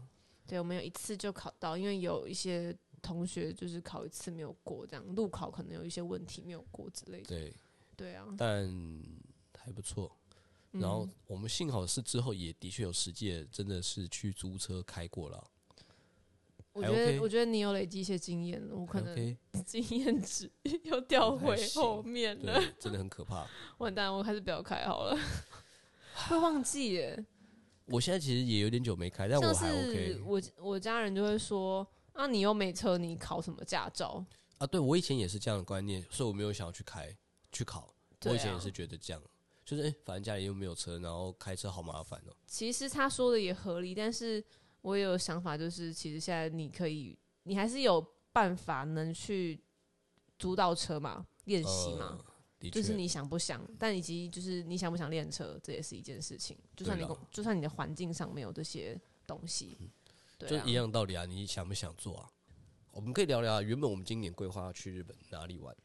对，我们有一次就考到，因为有一些同学就是考一次没有过，这样路考可能有一些问题没有过之类的。对，对啊，但还不错。嗯然后我们幸好是之后也的确有实际的真的是去租车开过了，我还觉得 OK 我觉得你有累积一些经验，我可还能 OK，经验值 又掉不太回行后面了。对，真的很可怕。完蛋，我还是不要开 好了，会忘记耶。我现在其实也有点久没开，但我像还是 OK 我我家人就会说。啊，你又没车，你考什么驾照？啊。对我以前也是这样的观念，所以我没有想要去开去考。对我以前也啊是觉得这样，就是哎、诶反正家里又没有车，然后开车好麻烦哦、其实他说的也合理，但是我也有想法，就是其实现在你可以，你还是有办法能去租到车嘛，练习嘛，呃，的确，就是你想不想，但以及就是你想不想练车，这也是一件事情。就算你对啦嗯工就算你的环境上没有这些东西，对、啊，就一样道理啊。你想不想做啊？我们可以聊聊啊、原本我们今年规划要去日本哪里玩？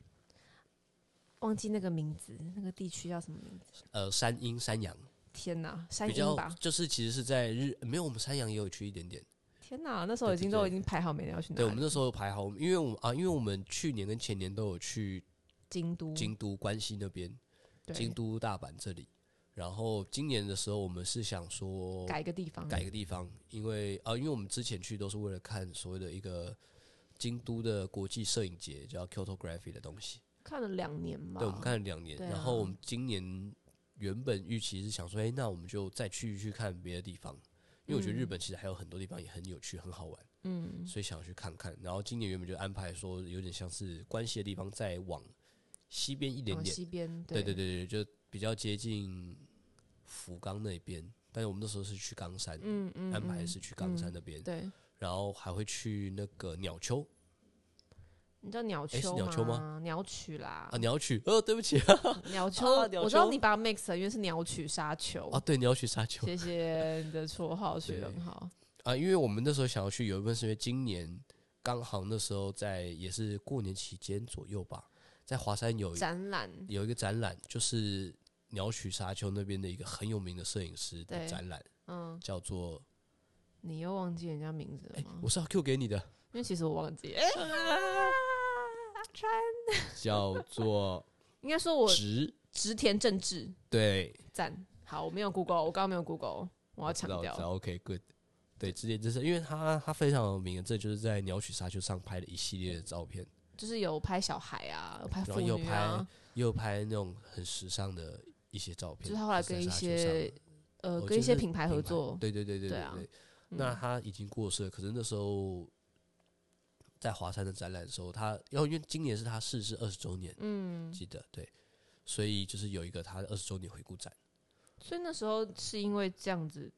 忘记那个名字，那个地区叫什么名字？呃，山阴、山阳，天哪，山比阴较吧！就是其实是在日，没有我们山阳也有去一点点。天哪，那时候对已经比都较已经排好没要去哪里。对，我们那时候排好，因为我们啊，因为我们去年跟前年都有去京都，京都、关西那边，对京都、大阪这里。然后今年的时候，我们是想说改一个地方，改一个地方，因为啊，因为我们之前去都是为了看所谓的一个京都的国际摄影节，叫 Kyotography 的东西。看了两年吧。对，我们看了两年，对啊然后我们今年原本预期是想说，哎，那我们就再去去看别的地方，因为我觉得日本其实还有很多地方也很有趣、很好玩，嗯，所以想要去看看。然后今年原本就安排说，有点像是关西的地方再往西边一点往点，西边，对对对对，就比较接近福冈那边。但是我们那时候是去冈山，嗯嗯，安排嗯是去冈山那边，对，然后还会去那个鸟丘你知道鸟诶是丘鸟丘吗吗？鸟曲啦啊，，鸟取哦，对不 起鸟丘，啊鸟我知道丘你把它 mix 了，因为是鸟曲沙丘啊，。对，鸟取沙丘谢谢你的绰号取得很 对好，啊，因为我们那时候想要去，有一部分是因为今年刚好那时候在也是过年期间左右吧，在华山有一展览有一个展览，就是鸟取沙丘那边的一个很有名的摄影师的对展览，嗯，叫做你又忘记人家名字了吗？哎我是要 Q 给你的，因为其实我忘 记，哎阿川叫做应该说我直植田正治对赞，好，我没有 Google，我刚刚没有 Google，我要知强道知道调， OK good。对，直接就是因为他他非常有名，这就是在鸟取沙丘上拍的一系列的照片，就是有拍小孩啊，有拍然妇后又女啊拍，又拍那种很时尚的一些照片。就是他后来在跟一沙丘上些呃我跟觉一些得品牌合作，对对对对对对啊对。那他已经过世了，可是那时候在华山的展览的时候，他要因为今年是他逝世二十周年，嗯，记得对，所以就是有一个他的二十周年回顾展。所以那时候是因为这样子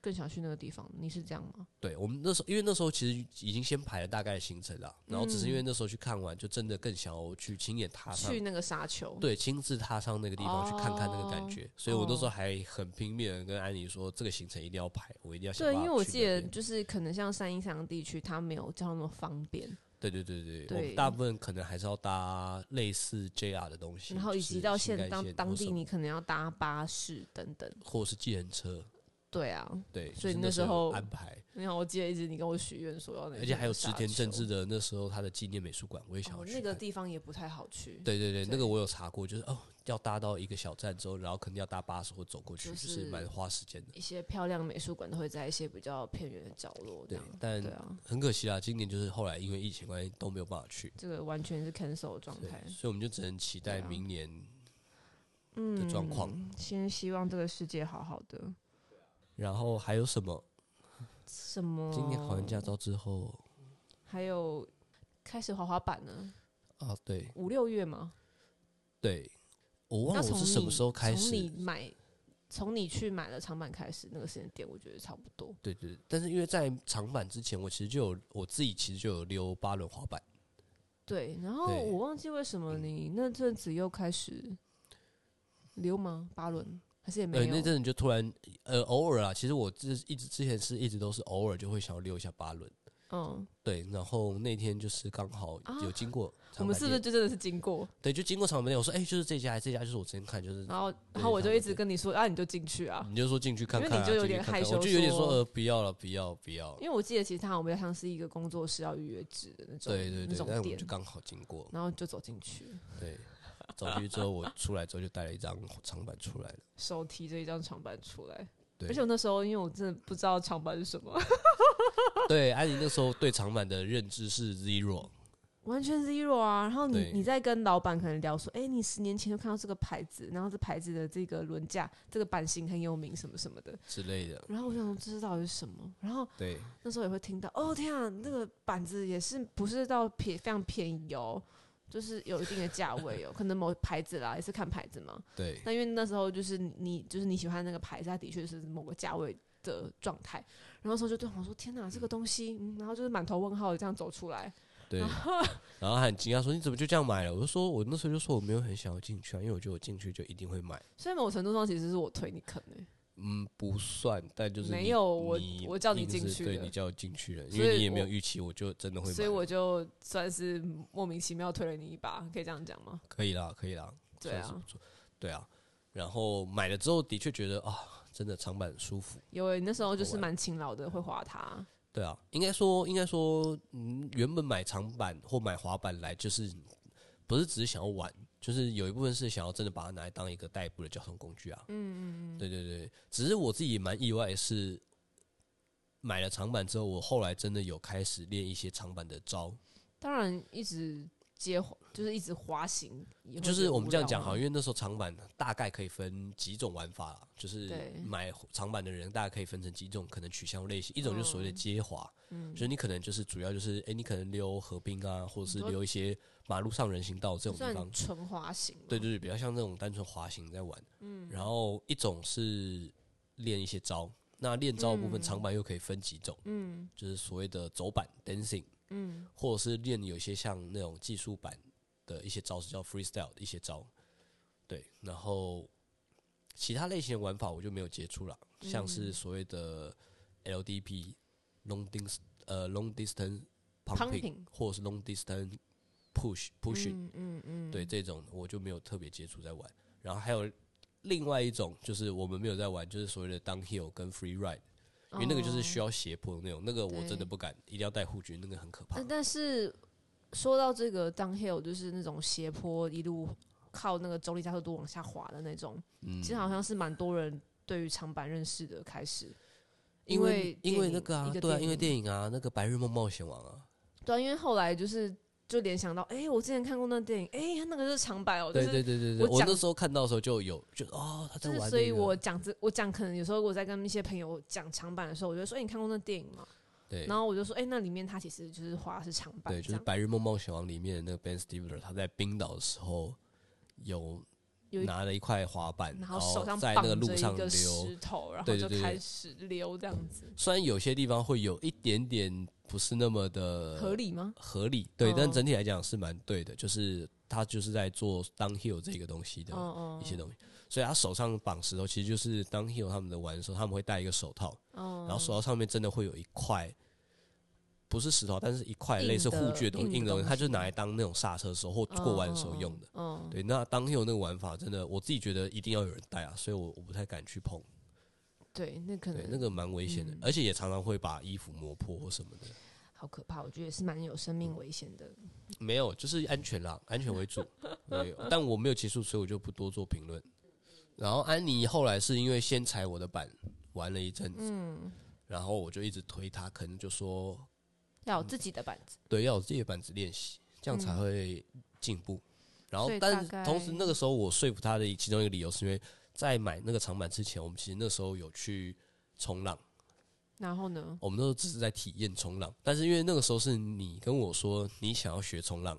更想去那个地方，你是这样吗？对我们那时候，因为那时候其实已经先排了大概的行程了，然后只是因为嗯那时候去看完，就真的更想要去亲眼踏上去，那个沙丘，对，亲自踏上那个地方去看看那个感哦觉。所以我那时候哦还很拼命的跟安妮说，这个行程一定要排，我一定要想对，办因法为我去记那得边就是可能像山阴山阳地区，它没有交通那么方便，对对对对，对我们大部分可能还是要搭类似 JR 的东西，然后以及就是到新现干当线当或什地么你可能要搭巴士等等，或者是计程车，对啊，对，所以就是那时候有安排，你看我记得一直你跟我许愿说要那个沙丘，而且还有织田正治的那时候他的纪念美术馆，我也想要哦，去那个看地方也不太好去，对对对，对那个我有查过，就是哦，要搭到一个小站之后，然后肯定要搭巴士或走过去，就就是是蛮花时间的。一些漂亮美术馆都会在一些比较偏远的角落这对嗯样，，但对啊，很可惜啦，今年就是后来因为疫情关系都没有办法去，这个完全是 cancel 的状对态，。所以我们就只能期待对啊明年。嗯的状况先希望这个世界好好的。然后还有什么？什么？今年考完驾照之后，还有开始滑滑板呢，啊，对五六月嘛。对，我忘要了我从是什么你时候开从你始。买，从你去买了长板开始，那个时间点我觉得差不多。对对，但是因为在长板之前，我其实就有我自己其实就有溜八轮滑板，对，然后对嗯我忘记为什么你那阵子又开始溜吗？八轮还是也没对，有？呃那阵子就突然呃偶尔啊，其实我之一直之前是一直都是偶尔就会想要溜一下八轮。嗯，对，然后那天就是刚好啊有经过我长们板店、是不是就真的是经过？对，就经过长板店，我说哎、就是这家，这家就是我之前看，就是然后，然对后我他就们一直就跟你说啊，你就进去啊，你就说进去看看、啊，因为你就有进去点看害看我羞就有点说说呃不要了，不要不要因。为我记得其实它好像比较像是一个工作室要预约制的那种，对对那对，但种我们店就，刚好经过，然后就走进去，对，走进去之后我出来之后就带了一张长板出来了。手提着一张长板出来。对而且我那时候因为我真的不知道长板是什么， 对，安妮那时候对长板的认知是 zero，完全 zero 啊。然后你对你在跟老板可能聊说，哎、你十年前就看到这个牌子，然后这牌子的这个轮架、这个版型很有名什么什么的。之类的。然后我想说这是到底是什么？然后对，那时候也会听到，哦天啊，那个板子也是不是到便非常便宜哦，就是有一定的价位哦，可能某牌子啦，也是看牌子嘛。对，那因为那时候就是你就是你喜欢那个牌子，它的确是某个价位的状态。然后那时候就对我说：“天哪，这个东西！”嗯、然后就是满头问号的这样走出来。 对，然后还很惊讶说你怎么就这样买了？我就说我那时候就说我没有很想要进去啊，因为我觉得我进去就一定会买。所以某程度上其实是我推你坑欸诶、嗯，不算，但就是没你有我你我叫你一定进是去对的你叫我进去了，因所以为你也没有我预期，我就真的会买了。所以我就算是莫名其妙推了你一把，可以这样讲吗？可以啦，可以啦，对算是啊不错，对啊。然后买了之后，的确觉得啊，真的长板很舒服。有、欸，你那时候就是好玩蛮勤劳的，会划它。对啊，应该说，应该说，嗯，原本买长板或买滑板来，就是不是只是想要玩，就是有一部分是想要真的把它拿来当一个代步的交通工具啊。嗯嗯嗯，对对对，只是我自己也蛮意外的是，买了长板之后，我后来真的有开始练一些长板的招，当然一直接就是一直滑行，也会就是我们这样觉得讲无聊啊好，吗因为那时候长板大概可以分几种玩法啦，就是对买长板的人大概可以分成几种可能取向类型，一种就是所谓的嗯接滑，嗯就是你可能就是主要就是哎、诶你可能溜河滨啊，或者是你说溜一些马路上人行道这种地方算，纯滑行吗，对对对，比较像这种单纯滑行在玩。嗯，然后一种是练一些招，那练招的部分嗯长板又可以分几种，嗯就是所谓的走板 dancing，嗯或者是练有一些像那种技术版的一些招式，叫 freestyle 的一些招。对，然后其他类型的玩法我就没有接触了，嗯像是所谓的 LDP long distance 呃 long distance pumping，, Pumping 或者是 long distance push pushing，、嗯嗯嗯，对这种我就没有特别接触在玩。然后还有另外一种就是我们没有在玩，就是所谓的 downhill 跟 free ride，因为那个就是哦需要斜坡的那种，那个我真对的不敢，一定要戴护具，那个很可怕但。呃但是说到这个 downhill，就是那种斜坡一路靠那个重力加速度往下滑的那种，嗯其实好像是蛮多人对于长板认识的开始。因为因为电那影个啊一，个对啊，电因为影电影啊，那个《白日梦冒险王》啊，对啊、因为后来就是就联想到，哎、我之前看过那电影，哎、那个就是长板哦，就对是对对对对，我我讲那时候看到的时候就有，就哦，他在就玩是，那个，所以我讲这，我讲可能有时候我在跟一些朋友讲长板的时候，我就说，哎、你看过那电影吗？对然后我就说，哎、那里面它其实就是画的是长板，对，这就是样《白日梦冒险王》里面的那个 Ben Stiller，他在冰岛的时候有有一拿了一块滑板，然然后手上在绑那个着路上一个溜石。头，然后对就对对开始溜这样子，虽然有些地方会有一点点不是那么的合理吗？合理，对，哦但整体来讲是蛮对的，就是他就是在做 downhill 这个东西的嗯嗯一些东西，所以他手上绑石头其实就是 downhill 他们的玩的时候，他们会戴一个手套，嗯，然后手套上面真的会有一块，不是石头，但是一块硬类似的护具的东硬西，的硬的东西，东它就西拿来当那种刹车的时候或嗯过弯的时候用的。。嗯，嗯对，那当 hill 那个玩法真的，我自己觉得一定要有人带啊，所以我我不太敢去碰。对，嗯那可对能，那个蛮危险的，而且也常常会把衣服磨破或什么的。好可怕，我觉得也是蛮有生命危险的。没有，就是安全啦，安全 为主。对，但我没有结束，所以我就不多做评论。然后安妮后来是因为先踩我的板玩了一阵嗯子，然后我就一直推她，可能就说要有自己的板子，对，要有自己的板子练习，这样才会进步。然后所以，大但是概同时那个时候我说服他的其中一个理由是因为在买那个长板之前，我们其实那时候有去冲浪，然后呢，我们那时候只是在体验冲浪。但是因为那个时候是你跟我说你想要学冲浪，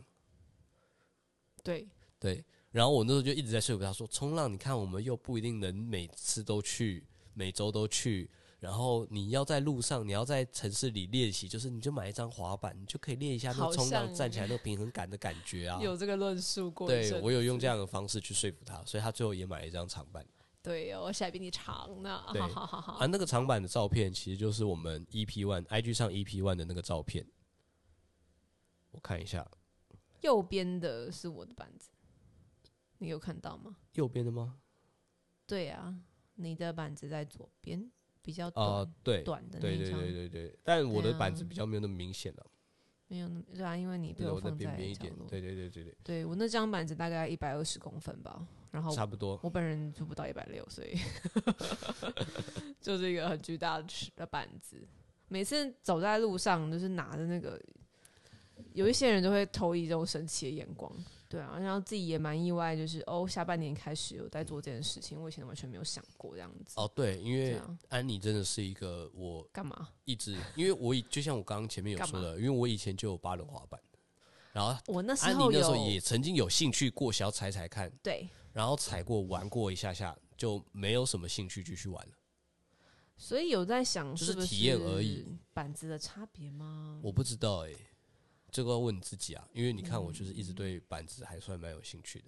对，对，然后我那时候就一直在说服他说，冲浪，你看我们又不一定能每次都去，每周都去。然后你要在路上，你要在城市里练习，就是你就买一张滑板，你就可以练一下那好个冲浪像欸站起来那个平衡感的感觉 啊。有这个论述过一阵子。对我有用这样的方式去说服他，所以他最后也买了一张长板。对哦，我写比你长呢，对好好好好。啊，那个长板的照片其实就是我们 E EP One IG 上 EP One 的那个照片。我看一下右边的是我的板子，你有看到吗？右边的吗？对啊，你的板子在左边，比较短、啊、对，对短的那对一对张，对对对，但我的对啊板子比较没有那么明显了，没有那么对啊，因为你被对，我在放边在边一角点落。，对对对对对，对我那张板子大概一百二十公分吧，然后差不多。我本人就不到一百六，所 以 就是一个很巨大的尺的板子。每次走在路上，就是拿着那个，有一些人就会投以这种神奇的眼光，对啊，然后自己也蛮意外，就是哦，下半年开始有在做这件事情，我以前完全没有想过这样子。哦，对，因对为啊，安妮真的是一个我干嘛？一直，因为我以就像我刚刚前面有说的，因为我以前就有八轮滑板，然后我那安时妮候啊那时有候也曾经有兴趣过，想要踩踩看，对，然后踩过玩过一下下，就没有什么兴趣继续玩了。所以有在想就是是不是体验而已，板子的差别吗？我不知道哎、这个要问你自己啊，因为你看我就是嗯一直对板子还算蛮有兴趣的。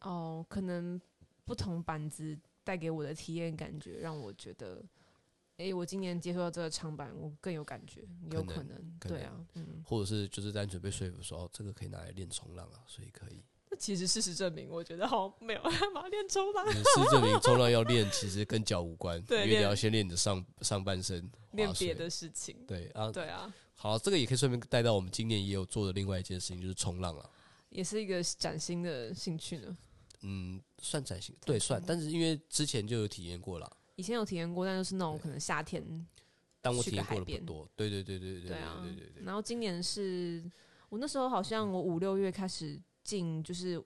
哦，可能不同板子带给我的体验感觉，让我觉得，诶，我今年接触到这个长板，我更有感觉，有可可能，可对能啊，嗯，或者是就是单纯被说服说哦，这个可以拿来练冲浪啊，所以可以。那其实事实证明，我觉得好像没有办 法练冲浪，事实证明冲浪要练，其实跟脚无关，对因为你练要先练你的上上半身，练划水别。的事情，对啊，对啊，好，这个也可以顺便带到我们今年也有做的另外一件事情，就是冲浪啊。也是一个崭新的兴趣呢。嗯，算崭新，对，算，但是因为之前就有体验过了，以前有体验过，但就是那种可能夏天，但我去体个验海过的不边多。对对对对对对啊对对对，然后今年是我那时候好像我五六月开始进，就是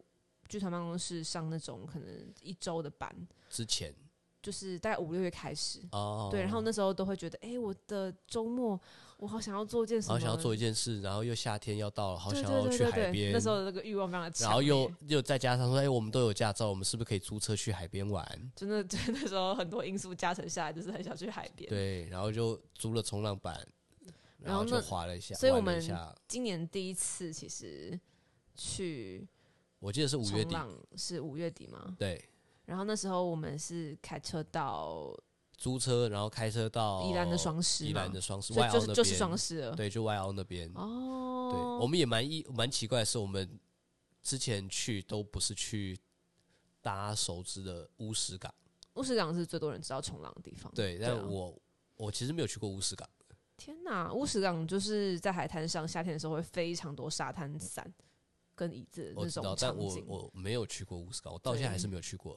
剧团办公室上那种可能一周的班，之前就是大概五六月开始，哦，对，然后那时候都会觉得，哎、我的周末我好想要做件什么，好想要做一件事，然后又夏天要到了，好对想对要对去对海对，边。那时候的那欸个欲望非常的强然烈，后又又再加上说，哎、我们都有驾照，我们是不是可以租车去海边玩？真的，对，那时候很多因素加成下来，就是很想去海边。，对，然后就租了冲浪板，然后就那滑了一下，所以我玩了一们下今年第一次其实去我记得是五月冲底，浪是五月底嘛，对，然后那时候我们是开车到租车，然后开车到宜兰的双狮哦宜嘛兰，的双狮所外以澳就那边，是就是双狮了。对，就外澳那边。哦，对，我们也蛮意蛮奇怪的是，我们之前去都不是去大家熟知的乌石港，乌石港是最多人知道冲浪的地方。对，啊但我、我其实没有去过乌石港，天呐，乌石港就是在海滩上，夏天的时候会非常多沙滩伞跟椅子的我那知道种，但场我景。我没有去过乌石港，我到现在还是没有去过。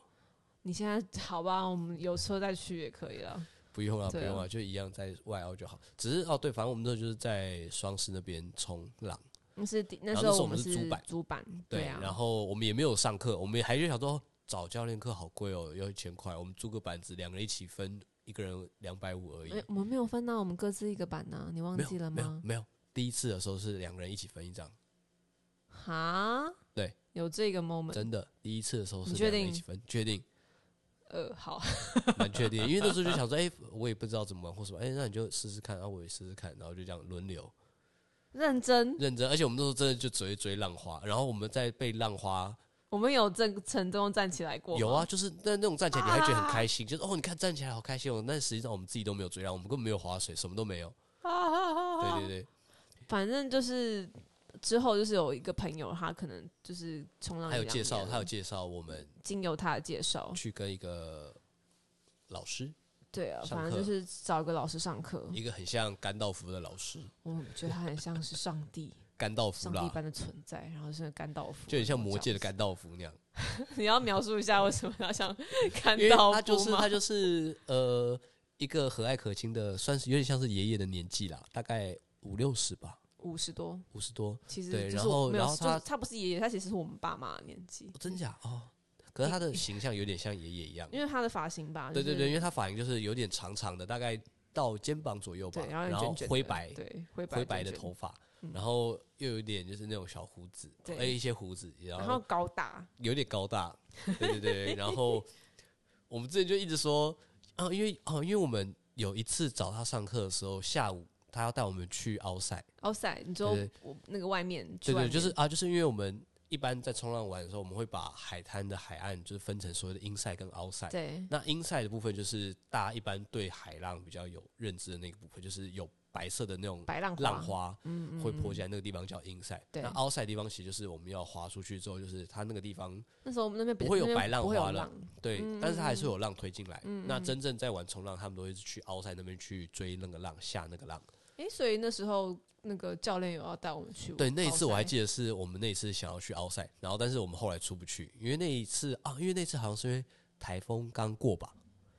你现在好吧，我们有车再去也可以了。不用啊，不对啊用啊，就一样在外澳就好。只是哦，对，反正我们那时候就是在双狮那边冲浪，那是第那然后时候那时候我我们们是主板主板，对，啊，然后我们也没有上课，我们还就想说哦找教练课好贵哦，要一千块，我们租个板子，两个人一起分，一个人两百五而已没，哎我们没有分啊到，我们各自一个板呢、你忘没记了有没有吗？嗯没有。第一次的时候是两个人一起分一张，哈，对，有这个 moment，真的，第一次的时候是你确两个人定一起分，确定， 呃，好，蛮确定，因为那时候就想说，哎，我也不知道怎么玩或什么，哎，那你就试试看，然后我也试试看，然后就这样轮流，认真，认真，而且我们那时候真的就只会追浪花，然后我们在被浪花我们有这从中站起来过吗，啊有啊，就是那那种站起来你还觉得很开心，就是哦，你看站起来好开心哦。但实际上我们自己都没有追浪，我们根本没有划水，什么都没有。啊，啊啊啊对对对，反正就是之后就是有一个朋友，他可能就是冲浪还有一两介绍，年还有介绍我们哦经由他的介绍，去跟一个老师，对啊，上反正就课是找一个老师上课。一个很像甘道夫的老师，我觉得他很像是上 帝，甘道夫上帝啦，般的存在，然后是甘道夫，就很像魔界的感。甘道夫那样，你要描述一下为什么要 像甘因为道夫他就是吗他就是呃一个和蔼可亲的，算是有点像是爷爷的年纪啦，大概五六十吧，五十多，五十多，其实对就是然后我没有然后就是他他不是爷爷，他其实是我们爸妈的年纪，哦真假哦？可是他的形象有点像爷爷一样，因为他的发型吧，对就对是对，因为他发型就是有点长长的，大概到肩膀左右吧，对，然后后卷卷的灰白，对灰白灰白的卷卷头，发，然后又有一点就是那种小胡子，对哎，一些胡子，然然后后高大，有点高大，对对对，然后我们之前就一直说，啊，因为啊，因为我们有一次找他上课的时候，下午他要带我们去奥赛，奥赛，哦你说对我那个外面，去对外对，面就是啊，就是因为我们一般在冲浪玩的时候，我们会把海滩的海岸就是分成所谓的 inside 跟 outside。对那 inside 的部分就是大家一般对海浪比较有认知的那个部分，就是有白色的那种白浪浪花嗯，嗯会嗯泼进来那个地方叫 inside。对那 outside 地方其实就是我们要划出去之后，就是它那个地方那时候我们那边比不会有那边白浪不会有花了浪，对，嗯但是它还是有浪推进来。嗯嗯那真正在玩冲浪，他们都会去 outside 那边去追那个浪，下那个浪。诶，所以那时候那个教练有要带我们去。对，那一次我还，记得是我们那一次想要去奥赛，然后但是我们后来出不去，因为那一次啊，因为那次好像是因为台风刚过吧，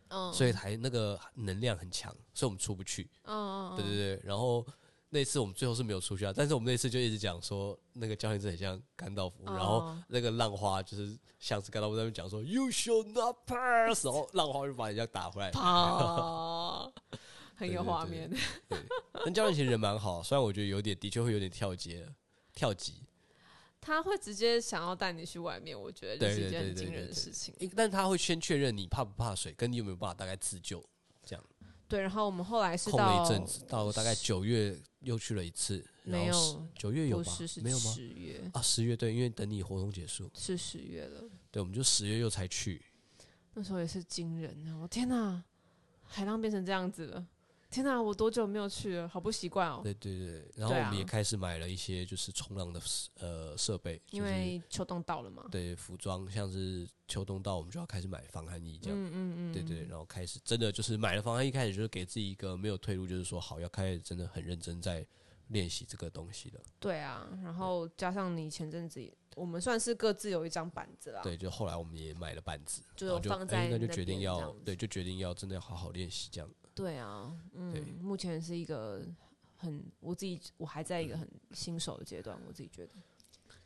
嗯，所以台那个能量很强，所以我们出不去。嗯，嗯对，对对，然后那次我们最后是没有出去啊，但是我们那次就一直讲说那个教练真的很像甘道夫，哦然后那个浪花就是像是甘道夫在那边讲说 “You shall not pass”，然后浪花就把人家打回来。啪，哦很有画面。但教练其实人蛮好，虽然我觉得有点的确会有点跳节跳级，他会直接想要带你去外面，我觉得这对是一对件对很对惊人对的对事情。诶但他会先确认你怕不怕水，跟你有没有办法大概自救。对，然后我们后来是空了到一阵子，到大概九月又去了一次，然没后有十九月有不吧是？是没有吗？十月，啊，十月对，因为等你活动结束，是十月了。对，我们就十月又才去，那时候也是惊人，然后天哪，海浪变成这样子了！天哪，我多久没有去了？好不习惯哦。对对对，然后对我啊们也开始买了一些就是冲浪的 s- 呃设备，因就是为秋冬到了嘛。对服装，像是秋冬到，我们就要开始买防寒衣这样，嗯嗯嗯，对对，然后开始真的就是买了防寒衣，开始就是给自己一个没有退路，就是说好要开始真的很认真在练习这个东西了，对啊。然后加上你前阵子也，我们算是各自有一张板子啦。对，就后来我们也买了板子，就然后就啊放在哎那就那决定边这要样子对，就决定要真的要好好练习这样，对啊，对嗯，目前是一个很我自己我还在一个很新手的阶段，我自己觉得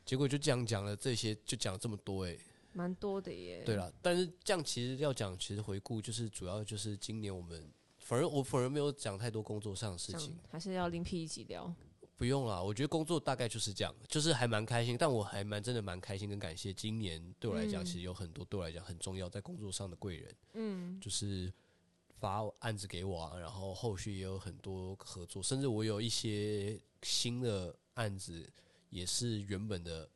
结果就这样讲了这些，就讲了这么多哎、蛮多的耶。对，了，但是这样其实要讲，其实回顾就是主要就是今年我们，反而我反而没有讲太多工作上的事这样情，还是要另辟一集聊。不用啦，我觉得工作大概就是这样，就是还蛮开心，但我还蛮真的蛮开心跟感谢今年对我来讲，嗯其实有很多对我来讲很重要在工作上的贵人，嗯，就是发案子给我啊，然后后续也有很多合作，甚至我有一些新的案子也是原本的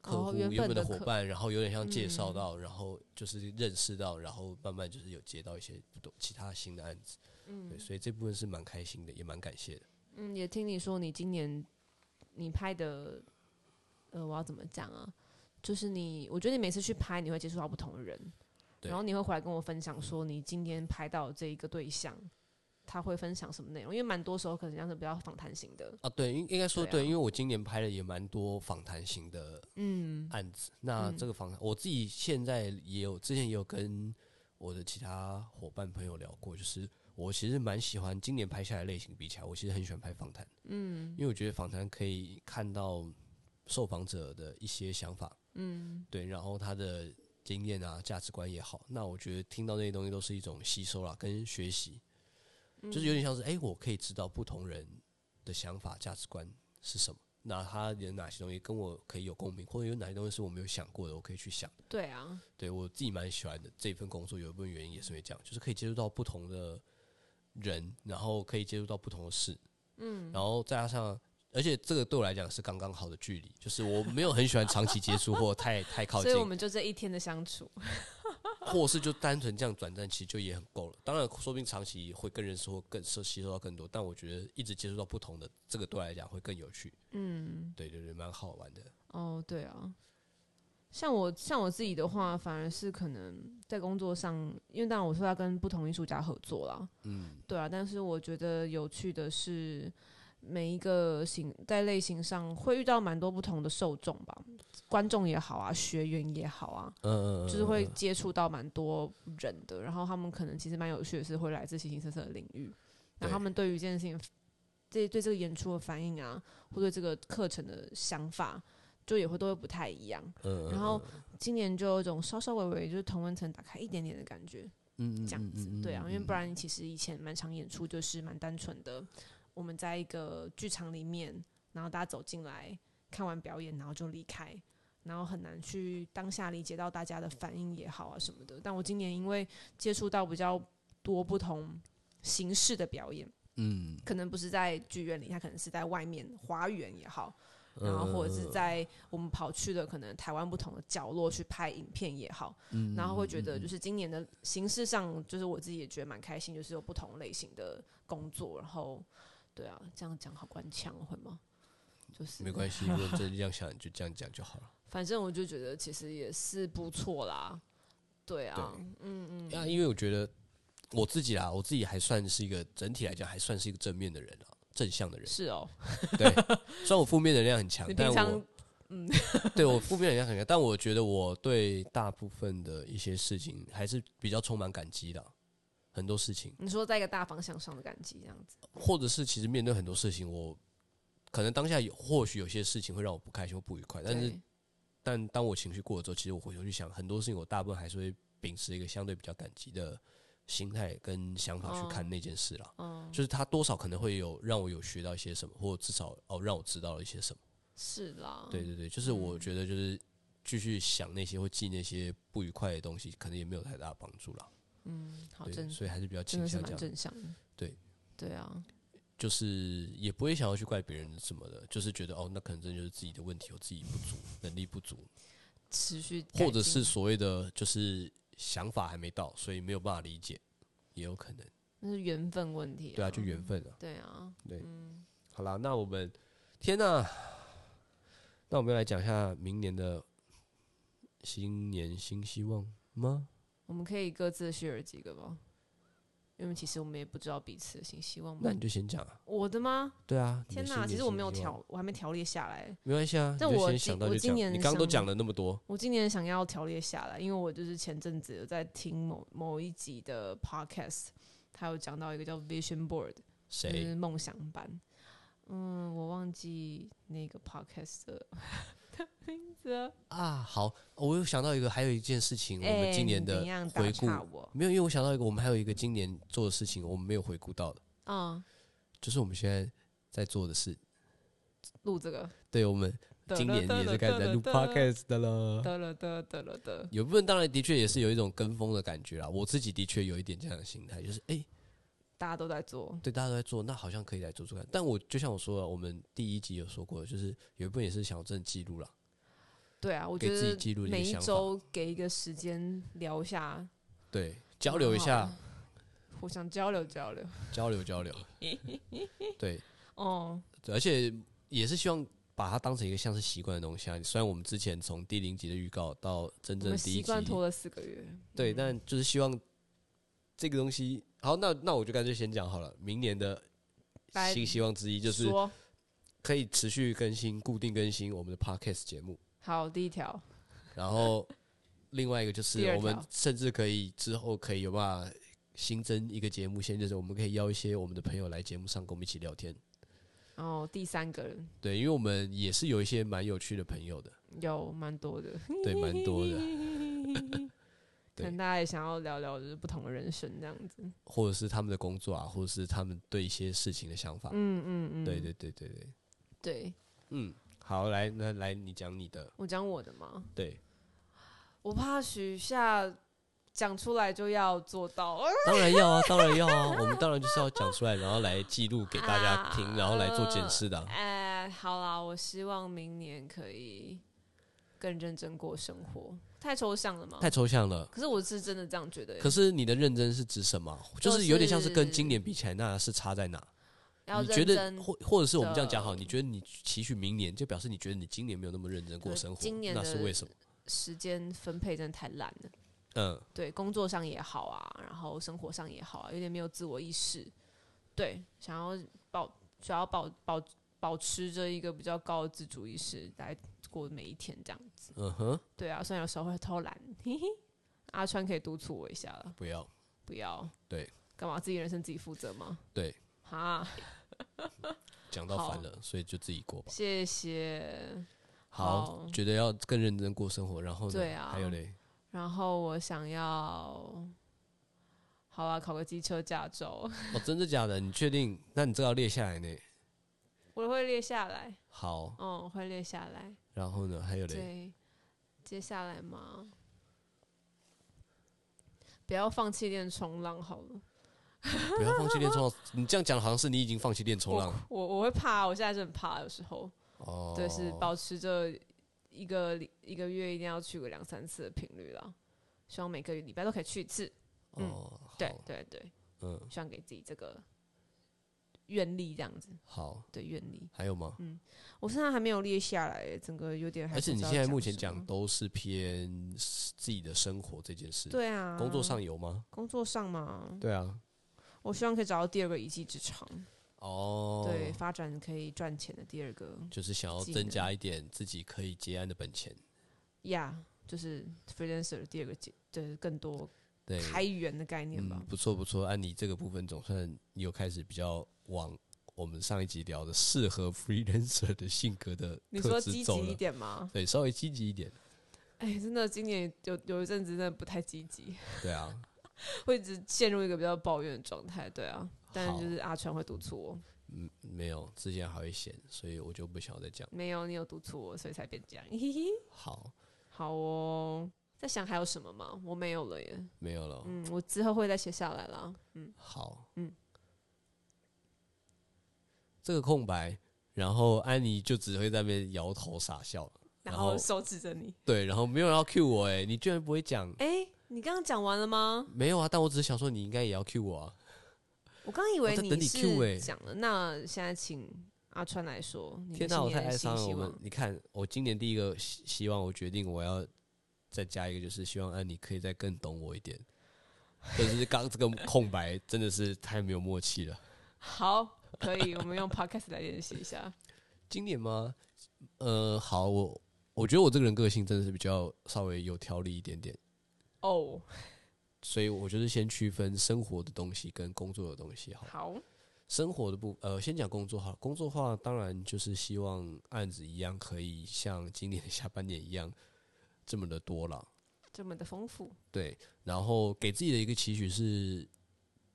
客户、哦原本本的的伙客伴，然后有点像介绍嗯到，然后就是认识到，然后慢慢就是有接到一些不同其他新的案子，嗯对，所以这部分是蛮开心的，也蛮感谢的。嗯，也听你说你今年你拍的，呃，我要怎么讲啊？就是你，我觉得你每次去拍，你会接触到不同的人，对然后你会回来跟我分享说你今天拍到这一个对象，他会分享什么内容？因为蛮多时候可能像是比较访谈型的，啊，对，应应该说对啊对，因为我今年拍了也蛮多访谈型的嗯，案子。那这个访谈，我自己现在也有，之前也有跟我的其他伙伴朋友聊过，就是我其实蛮喜欢今年拍下来类型比起来，我其实很喜欢拍访谈，嗯，因为我觉得访谈可以看到受访者的一些想法，嗯，对，然后他的经验啊、价值观也好，那我觉得听到那些东西都是一种吸收啦，跟学习，就是有点像是哎、诶我可以知道不同人的想法、价值观是什么。那他有哪些东西跟我可以有共鸣，或者有哪些东西是我没有想过的，我可以去想。对啊，对我自己蛮喜欢的这份工作，有一部分原因也是因为这样，就是可以接触到不同的人，然后可以接触到不同的事，嗯，然后再加上，而且这个对我来讲是刚刚好的距离，就是我没有很喜欢长期接触或太太靠所以近我，们就这一天的相 处，或是就单纯这样转战，其实就也很够了。当然，说不定长期会更认识或更吸吸收到更多，但我觉得一直接触到不同的，这个对我来讲会更有趣。嗯，对对对，蛮好玩的。哦，对啊，像我像我自己的话，反而是可能在工作上，因为当然我说要跟不同艺术家合作啦，嗯，对啊，但是我觉得有趣的是，每一个型在类型上会遇到蛮多不同的受众吧，观众也好啊，学员也好啊，呃，就是会接触到蛮多人的，然后他们可能其实蛮有趣的是会来自形形色色的领域，那对他们对于这件事情，对对这个演出的反应啊，或对这个课程的想法，就也会都会不太一样。呃，然后今年就有一种稍稍微微就是同温层打开一点点的感觉，嗯这样子，对啊，因为不然然其实以前蛮常演出就是蛮单纯的，我们在一个剧场里面，然后大家走进来看完表演，然后就离开，然后很难去当下理解到大家的反应也好啊什么的。但我今年因为接触到比较多不同形式的表演，嗯，可能不是在剧院里，它可能是在外面花园也好，然后或者嗯是在我们跑去的可能台湾不同的角落去拍影片也好，嗯然后会觉得就是今年的形式上，就是我自己也觉得蛮开心，就是有不同类型的工作，然后对啊，这样讲好官腔哦会吗？就是没关系，系，如果真的这样想，你就这样讲就好了。反正我就觉得其实也是不错啦，对啊，嗯啊，因为我觉得我自己啦，我自己还算是一个整体来讲还算是一个正面的人啊，正向嗯，的人。是哦，对，虽然我负面能量很强你，啊但平常我对我负面能量很强，但我觉得我对大部分的一些事情还是比较充满感激的啊。很多事情，你说在一个大方向上的感激这样子，或者是其实面对很多事情，我可能当下有或许有些事情会让我不开心或不愉快，但是对但当我情绪过了之后，其实我回头去想，很多事情我大部分还是会秉持一个相对比较感激的心态跟想法去看那件事啦。嗯，就是它多少可能会有让我有学到一些什么，或至少哦让我知道了一些什么。是啦，对对对，就是嗯我觉得就是继续想那些或记那些不愉快的东西，可能也没有太大帮助啦。嗯，好对，正，所以还是比较真倾的是向蛮这样，正向的，对对啊，就是也不会想要去怪别人什么的，就是觉得哦那可能真的就是自己的问题，我自己不足，能力不足，持续改或进者是所谓的就是想法还没到，所以没有办法理解，也有可能。那是缘分问题、对啊，就缘分啊。对啊，对嗯，好啦，那我们天呐，那我们要来讲一下明年的新年新希望吗？我们可以各自 share 几个吧，因为其实我们也不知道彼此的新希望吧那。你就先讲啊。我的吗？对啊，你的天新哪，年其实我没有新希望，条，我还没条列下来。没关系啊。但你就我今先想到我就今讲，年你刚刚都想讲了那么多，我今年想要条列下来，因为我就是前阵子有在听某某一集的 podcast，他有讲到一个叫 vision board，就谁是梦想班。嗯，我忘记那个 podcast 的名字了。啊？好，我又想到一个，还有一件事情，我们哎今年你的怎样打回顾岔我？没有，因为我想到一个，我们还有一个今年做的事情，我们没有回顾到的，嗯，就是我们现在在做的事。录这个。对我们今年也是开始在录 podcast 的了。得了得得了得，有部分当然的确也是有一种跟风的感觉啦，我自己的确有一点这样的心态，就是哎、诶大家都在做，对，大家都在做，那好像可以来做做看。但我就像我说了，我们第一集有说过，就是有一部分也是想要真的记录啦。对啊，我给觉自己得记录一些每一想法周给一个时间聊一下，对，交流一下蛮好，的，互相交流交流。交流 交流，对，哦，对而且也是希望把它当成一个像是习惯的东西啊。虽然我们之前从第零集的预告到真我正们的第一习集，惯拖了四个月，对，但就是希望这个东西好，那那我就干脆先讲好了。明年的来新希望之一就是说可以持续更新、固定更新我们的 podcast 节目，好第一条，然后另外一个就是第二我们条甚至可以之后可以有办法新增一个节目线，就是我们可以邀一些我们的朋友来节目上跟我们一起聊天。然后哦第三个人对，因为我们也是有一些蛮有趣的朋友的，有蛮多的，对，蛮多 嗯的，可能大家也想要聊聊就是不同的人生这样子。或者是他们的工作啊，或者是他们对一些事情的想法。嗯嗯嗯，对对对对对，对，嗯，好，来，那来你讲你的，我讲我的嘛，对，我怕许下讲出来就要做到，当然要啊，当然要 啊，我们当然就是要讲出来，然后来记录给大家啊听，然后来做检视的啊、哎、好啦，我希望明年可以更认真过生活。太抽象了吗？太抽象了。可是我是真的这样觉得耶。可是你的认真是指什么？就就是有点像是跟今年比起来，那是差在哪？要你觉认得，真或或者是我们这样讲好，的你觉得你期许明年，就表示你觉得你今年没有那么认真过对生活，今年那的是为什么？时间分配真的太烂了。嗯，对，工作上也好啊，然后生活上也好啊，有点没有自我意识。对，想要保，想要保保保持着一个比较高的自主意识来过每一天，这样子。嗯哼，对啊，虽然有时候会偷懒，嘿嘿。阿川可以督促我一下了，不要，不要。对，干嘛自己人生自己负责吗？对，哈，讲到烦好了，所以就自己过吧。谢谢。好，好觉得要更认真过生活，然后呢？对啊还有嘞，然后我想要，好啊，考个机车驾照， 哦，真的假的？你确定？那你这要列下来呢？我会列下来，好，嗯，我会列下来。然后呢？还有嘞，对，接下来嘛，不要放弃练冲浪好了。不要放弃练冲浪。你这样讲好像是你已经放弃练冲浪我我会怕，我现在是很怕，有时候、哦。对，是保持着一个礼一个月一定要去个两三次的频率啦。希望每个礼拜都可以去一次。嗯哦，对好，对对，嗯，希望给自己这个愿力，这样子好，对愿力。还有吗？我现在还没有列下来，整个有点还而不知且道你什么。现在目前讲都是偏自己的生活这件事，对啊，工作上有吗？工作上嘛，对啊，我希望可以找到第二个一技之长，哦，对，，发展可以赚钱的第二个就是想要技增能加一点自己可以结案的本钱，呀就是 freelancer 的第二个阶，就是更多对，开源的概念吧嗯，。不错不错，按你这个部分总算有开始比较往我们上一集聊的适合 freelancer 的性格的你特说质积走极一了，点吗？对，稍微积极一点，哎，真的，今年有有一阵子真的不太积极，对啊，会一直陷入一个比较抱怨的状态。对啊， 但是就是阿川会督促我，嗯，没有，之前还会闲，所以我就不想要再讲。没有你有督促我，所以才变这样。嘿嘿。好，好哦，在想还有什么吗？我没有了耶。没有了，嗯，我之后会再写下来啦。好，嗯，这个空白，然后安妮就只会在那边摇头傻笑，然然后后手指着你，对，然后没有人要 cue 我、哎，你居然不会讲。哎、你刚刚讲完了吗？没有啊，但我只是想说，你应该也要 cue 我啊。我刚以为我在等你 cue 是欸讲了，那现在请阿川来说。你的天哪，新我太年哀新伤了。希我望们你看，我今年第一个希希望，我决定我要再加一个，就是希望安妮可以再更懂我一点。但是刚这个空白真的是太没有默契了。好，可以，我们用 podcast 来练习一下。今年吗？呃，好，我我觉得我这个人个性真的是比较稍微有条理一点点， 哦、所以我就是先区分生活的东西跟工作的东西好了。好，生活的部呃，先讲工作哈。工作的话，当然就是希望案子一样可以像今年的下半年一样这么的多了。这么的丰富，对，然后给自己的一个期许是，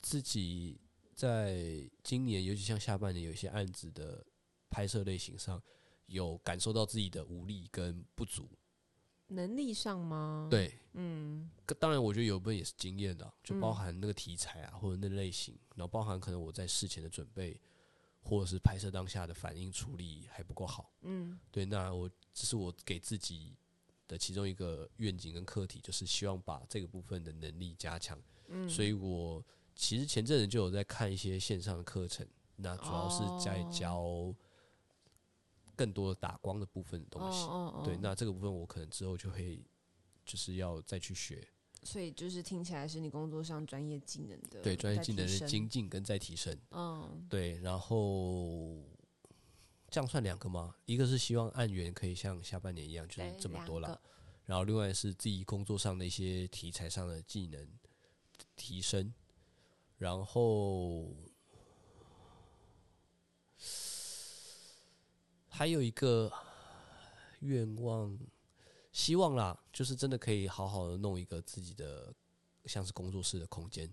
自己在今年，尤其像下半年，有一些案子的拍摄类型上，有感受到自己的无力跟不足。能力上吗？，对，嗯，可当然我觉得有一部分也是经验的啊，就包嗯含那个题材啊，或者那类型，然后包含可能我在事前的准备，或者是拍摄当下的反应处理还不够好。嗯，对，那我这是我给自己的其中一个愿景跟课题，就是希望把这个部分的能力加强。嗯，所以我其实前阵子就有在看一些线上的课程，那主要是在哦教更多的打光的部分哦的东西。哦哦，对，那这个部分我可能之后就会就是要再去学，所以就是听起来是你工作上专业技能的，对专业技能的精精，进跟再提升。嗯，对，然后这样算两个吗？一个是希望案源可以像下半年一样，就是对这么多哎两啦个。然后另外是自己工作上的一些题材上的技能提升，然后还有一个愿望，希望啦，就是真的可以好好的弄一个自己的像是工作室的空间。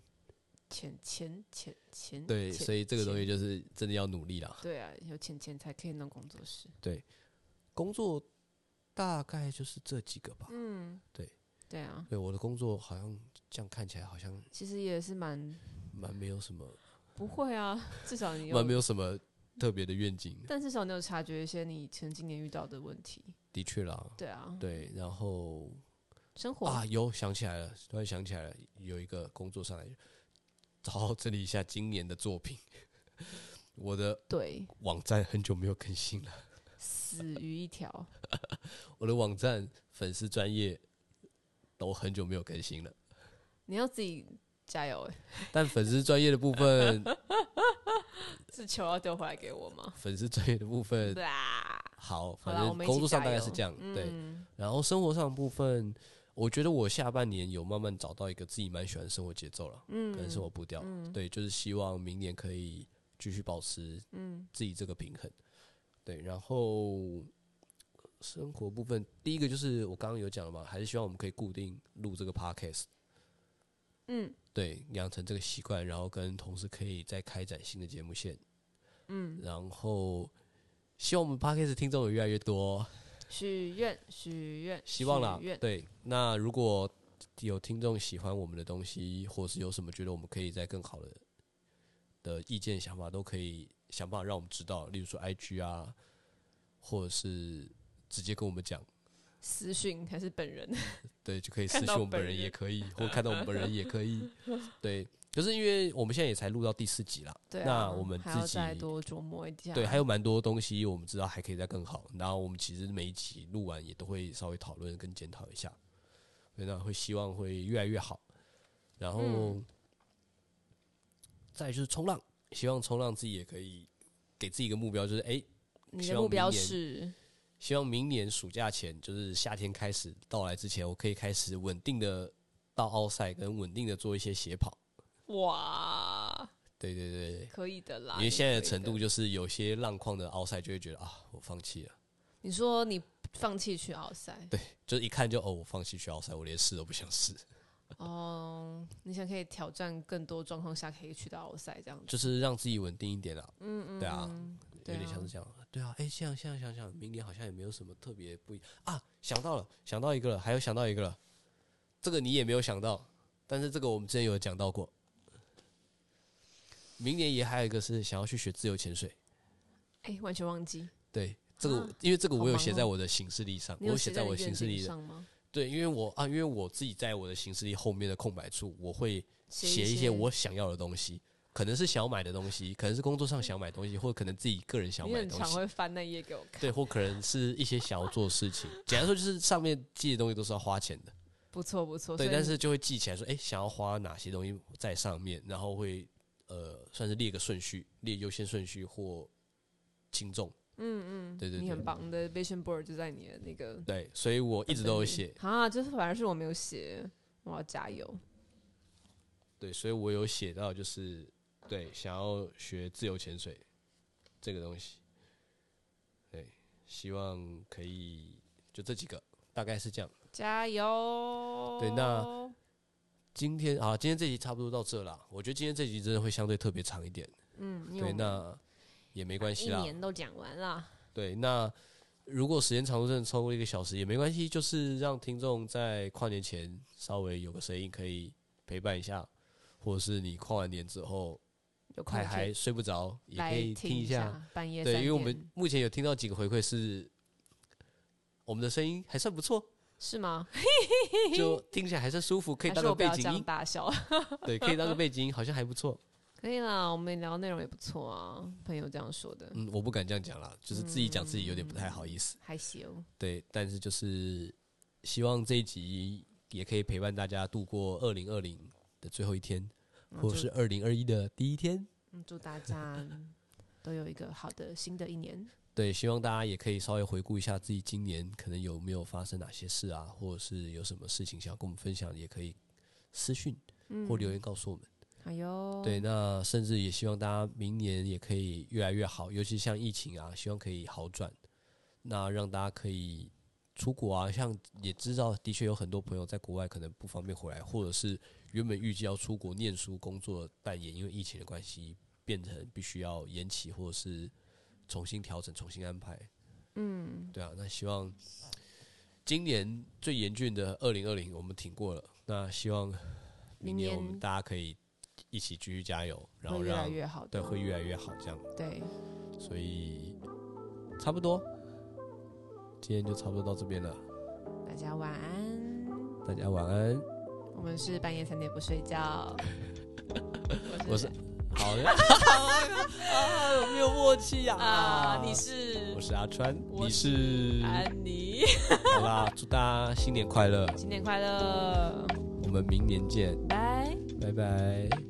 钱钱钱钱，对，嗯钱所以这个东钱西就是真的要努力啦。对啊，有钱钱才可以弄工作室。工作大概就是这几个吧。嗯，对对啊，对，我的工作好像这样看起来好像其实也是蛮蛮没有什么，不会啊，至少你蛮没有，有什么特别的愿景。但至少你有察觉一些你前今年遇到的问题。的确啦，对啊，对，然后生活、啊，有想起来了，突然想起来了，有一个工作上来，好好整理一下今年的作品。我的对，网站很久没有更新了，死鱼一条。我的网站粉丝专业都很久没有更新了，你要自己加油哎、但粉丝专业的部分，是球要丢回来给我吗？粉丝专业的部分对啊，好，好反啦，我正们一起工作上加大概油是这样，对。嗯然后生活上的部分，我觉得我下半年有慢慢找到一个自己蛮喜欢的生活节奏了，嗯，可能生活步调，对，就是希望明年可以继续保持嗯自己这个平衡，对。然后生活部分，第一个就是我刚刚有讲了嘛，还是希望我们可以固定录这个 podcast，嗯对，养成这个习惯，然后跟同事可以再开展新的节目线，嗯，然后希望我们 podcast 听众有越来越多、许愿许愿，希望啦许愿，对，那如果有听众喜欢我们的东西，或是有什么觉得我们可以在更好的的意见想法，都可以想办法让我们知道，例如说 IG 啊，或者是直接跟我们讲，私讯还是本人？对，就可以私看信到我们本本人人也可以，或看到我们本人也 可以，对。可是因为我们现在也才录到第四集啦，对啊，那我们还要自己再多琢磨一下。对，还有蛮多东西我们知道还可以再更好。然后我们其实每一集录完也都会稍微讨论跟检讨一下，对，那会希望会越来越好。然后，嗯再来就是冲浪，希望冲浪自己也可以给自己一个目标，就是哎、你希的望目标明年是希望明年暑假前，就是夏天开始到来之前，我可以开始稳定的到奥赛，跟稳定的做一些斜跑。哇，对对对对，啊可以的啦。因为现在的你可以程度，就是有些浪况的奥赛就会觉得啊，我放弃了。你说你放弃去奥赛，对，就是一看就哦，我放弃去奥赛，我连试都不想 试，哦，你想可以挑战更多状况下可以去到奥赛这样子。就是让自己稳定一点啦。嗯嗯，对啊，对有点啊像是这样。对啊，哎、这样现在想想，明年好像也没有什么特别不一啊。想到了，想到一个了，还有想到一个了，这个你也没有想到，但是这个我们之前有讲到过。明年也还有一个是想要去学自由潜水，哎、完全忘记，对这个我，啊因为这个好我有忙写哦在我的行事历上，你我有写在在我你的愿行事景历的，上吗？对，因为我啊，因为我自己在我的行事历后面的空白处，我会写一一些我想要的东西，可能是想买的东西，可能是工作上想买的东西，或可能自己个人想你买的很东常西，会翻那页给我看，对，或可能是一些想要做的事情。简单说，就是上面记的东西都是要花钱的，不错不错。所对，以但你是就会记起来说，哎、想要花哪些东西在上面，然后会呃，算是列个顺序，列优先顺序或轻重，嗯嗯，对对你很对，棒，你的 vision board 就在你的那个对，所以我一直都有写，啊，就是反而是我没有写，我要加油。对，所以我有写到，就是对想要学自由潜水这个东西，对，希望可以就这几个，大概是这样。加油！对那今天啊，今天这集差不多到这啦。我觉得今天这集真的会相对特别长一点，嗯，因为对，我们那也没关系啦一。年都讲完了，对，那如果时间长度真的超过一个小时也没关系，就是让听众在跨年前稍微有个声音可以陪伴一下，或者是你跨完年之后有空还就还睡不着，也可来以听一下。下，半夜对，三因为我点们目前有听到几个回馈是，我们的声音还算不错，是吗？就听起来还算舒服，可以还当是个我不背要这景样音，大笑。 对，可以当个背景音，好像还不错。可以啦，我们聊内容也不错啊，朋友这样说的，嗯，我不敢这样讲啦，就是自己讲自己有点不太好意思。还行。对，但是就是希望这一集也可以陪伴大家度过二零二零的最后一天，嗯或祝者是二零二一的第一天。嗯祝大家都有一个好的新的一年。对，希望大家也可以稍微回顾一下自己今年可能有没有发生哪些事啊，或者是有什么事情想要跟我们分享，也可以私讯或留言告诉我们。好哟，对，那甚至也希望大家明年也可以越来越好，尤其像疫情啊，希望可以好转，那让大家可以出国啊。像也知道，的确有很多朋友在国外可能不方便回来，或者是原本预计要出国念书、工作，但也因为疫情的关系，变成必须要延期或者是重新调整、重新安排。嗯，对啊，那希望今年最严峻的二零二零我们挺过了，那希望明明年我年们大家可以一起继续加油，然后会越来让越好对的。会越来越好这样，对，所以差不多，今天就差不多到这边了，大家晚安。大家晚安， 我们是半夜三点不睡觉。我是 好的，啊，有没有默契呀、啊，你是我是阿川，我你是，安妮，好啦，祝大家新年快乐，新年快乐，我们明年见，拜。拜拜。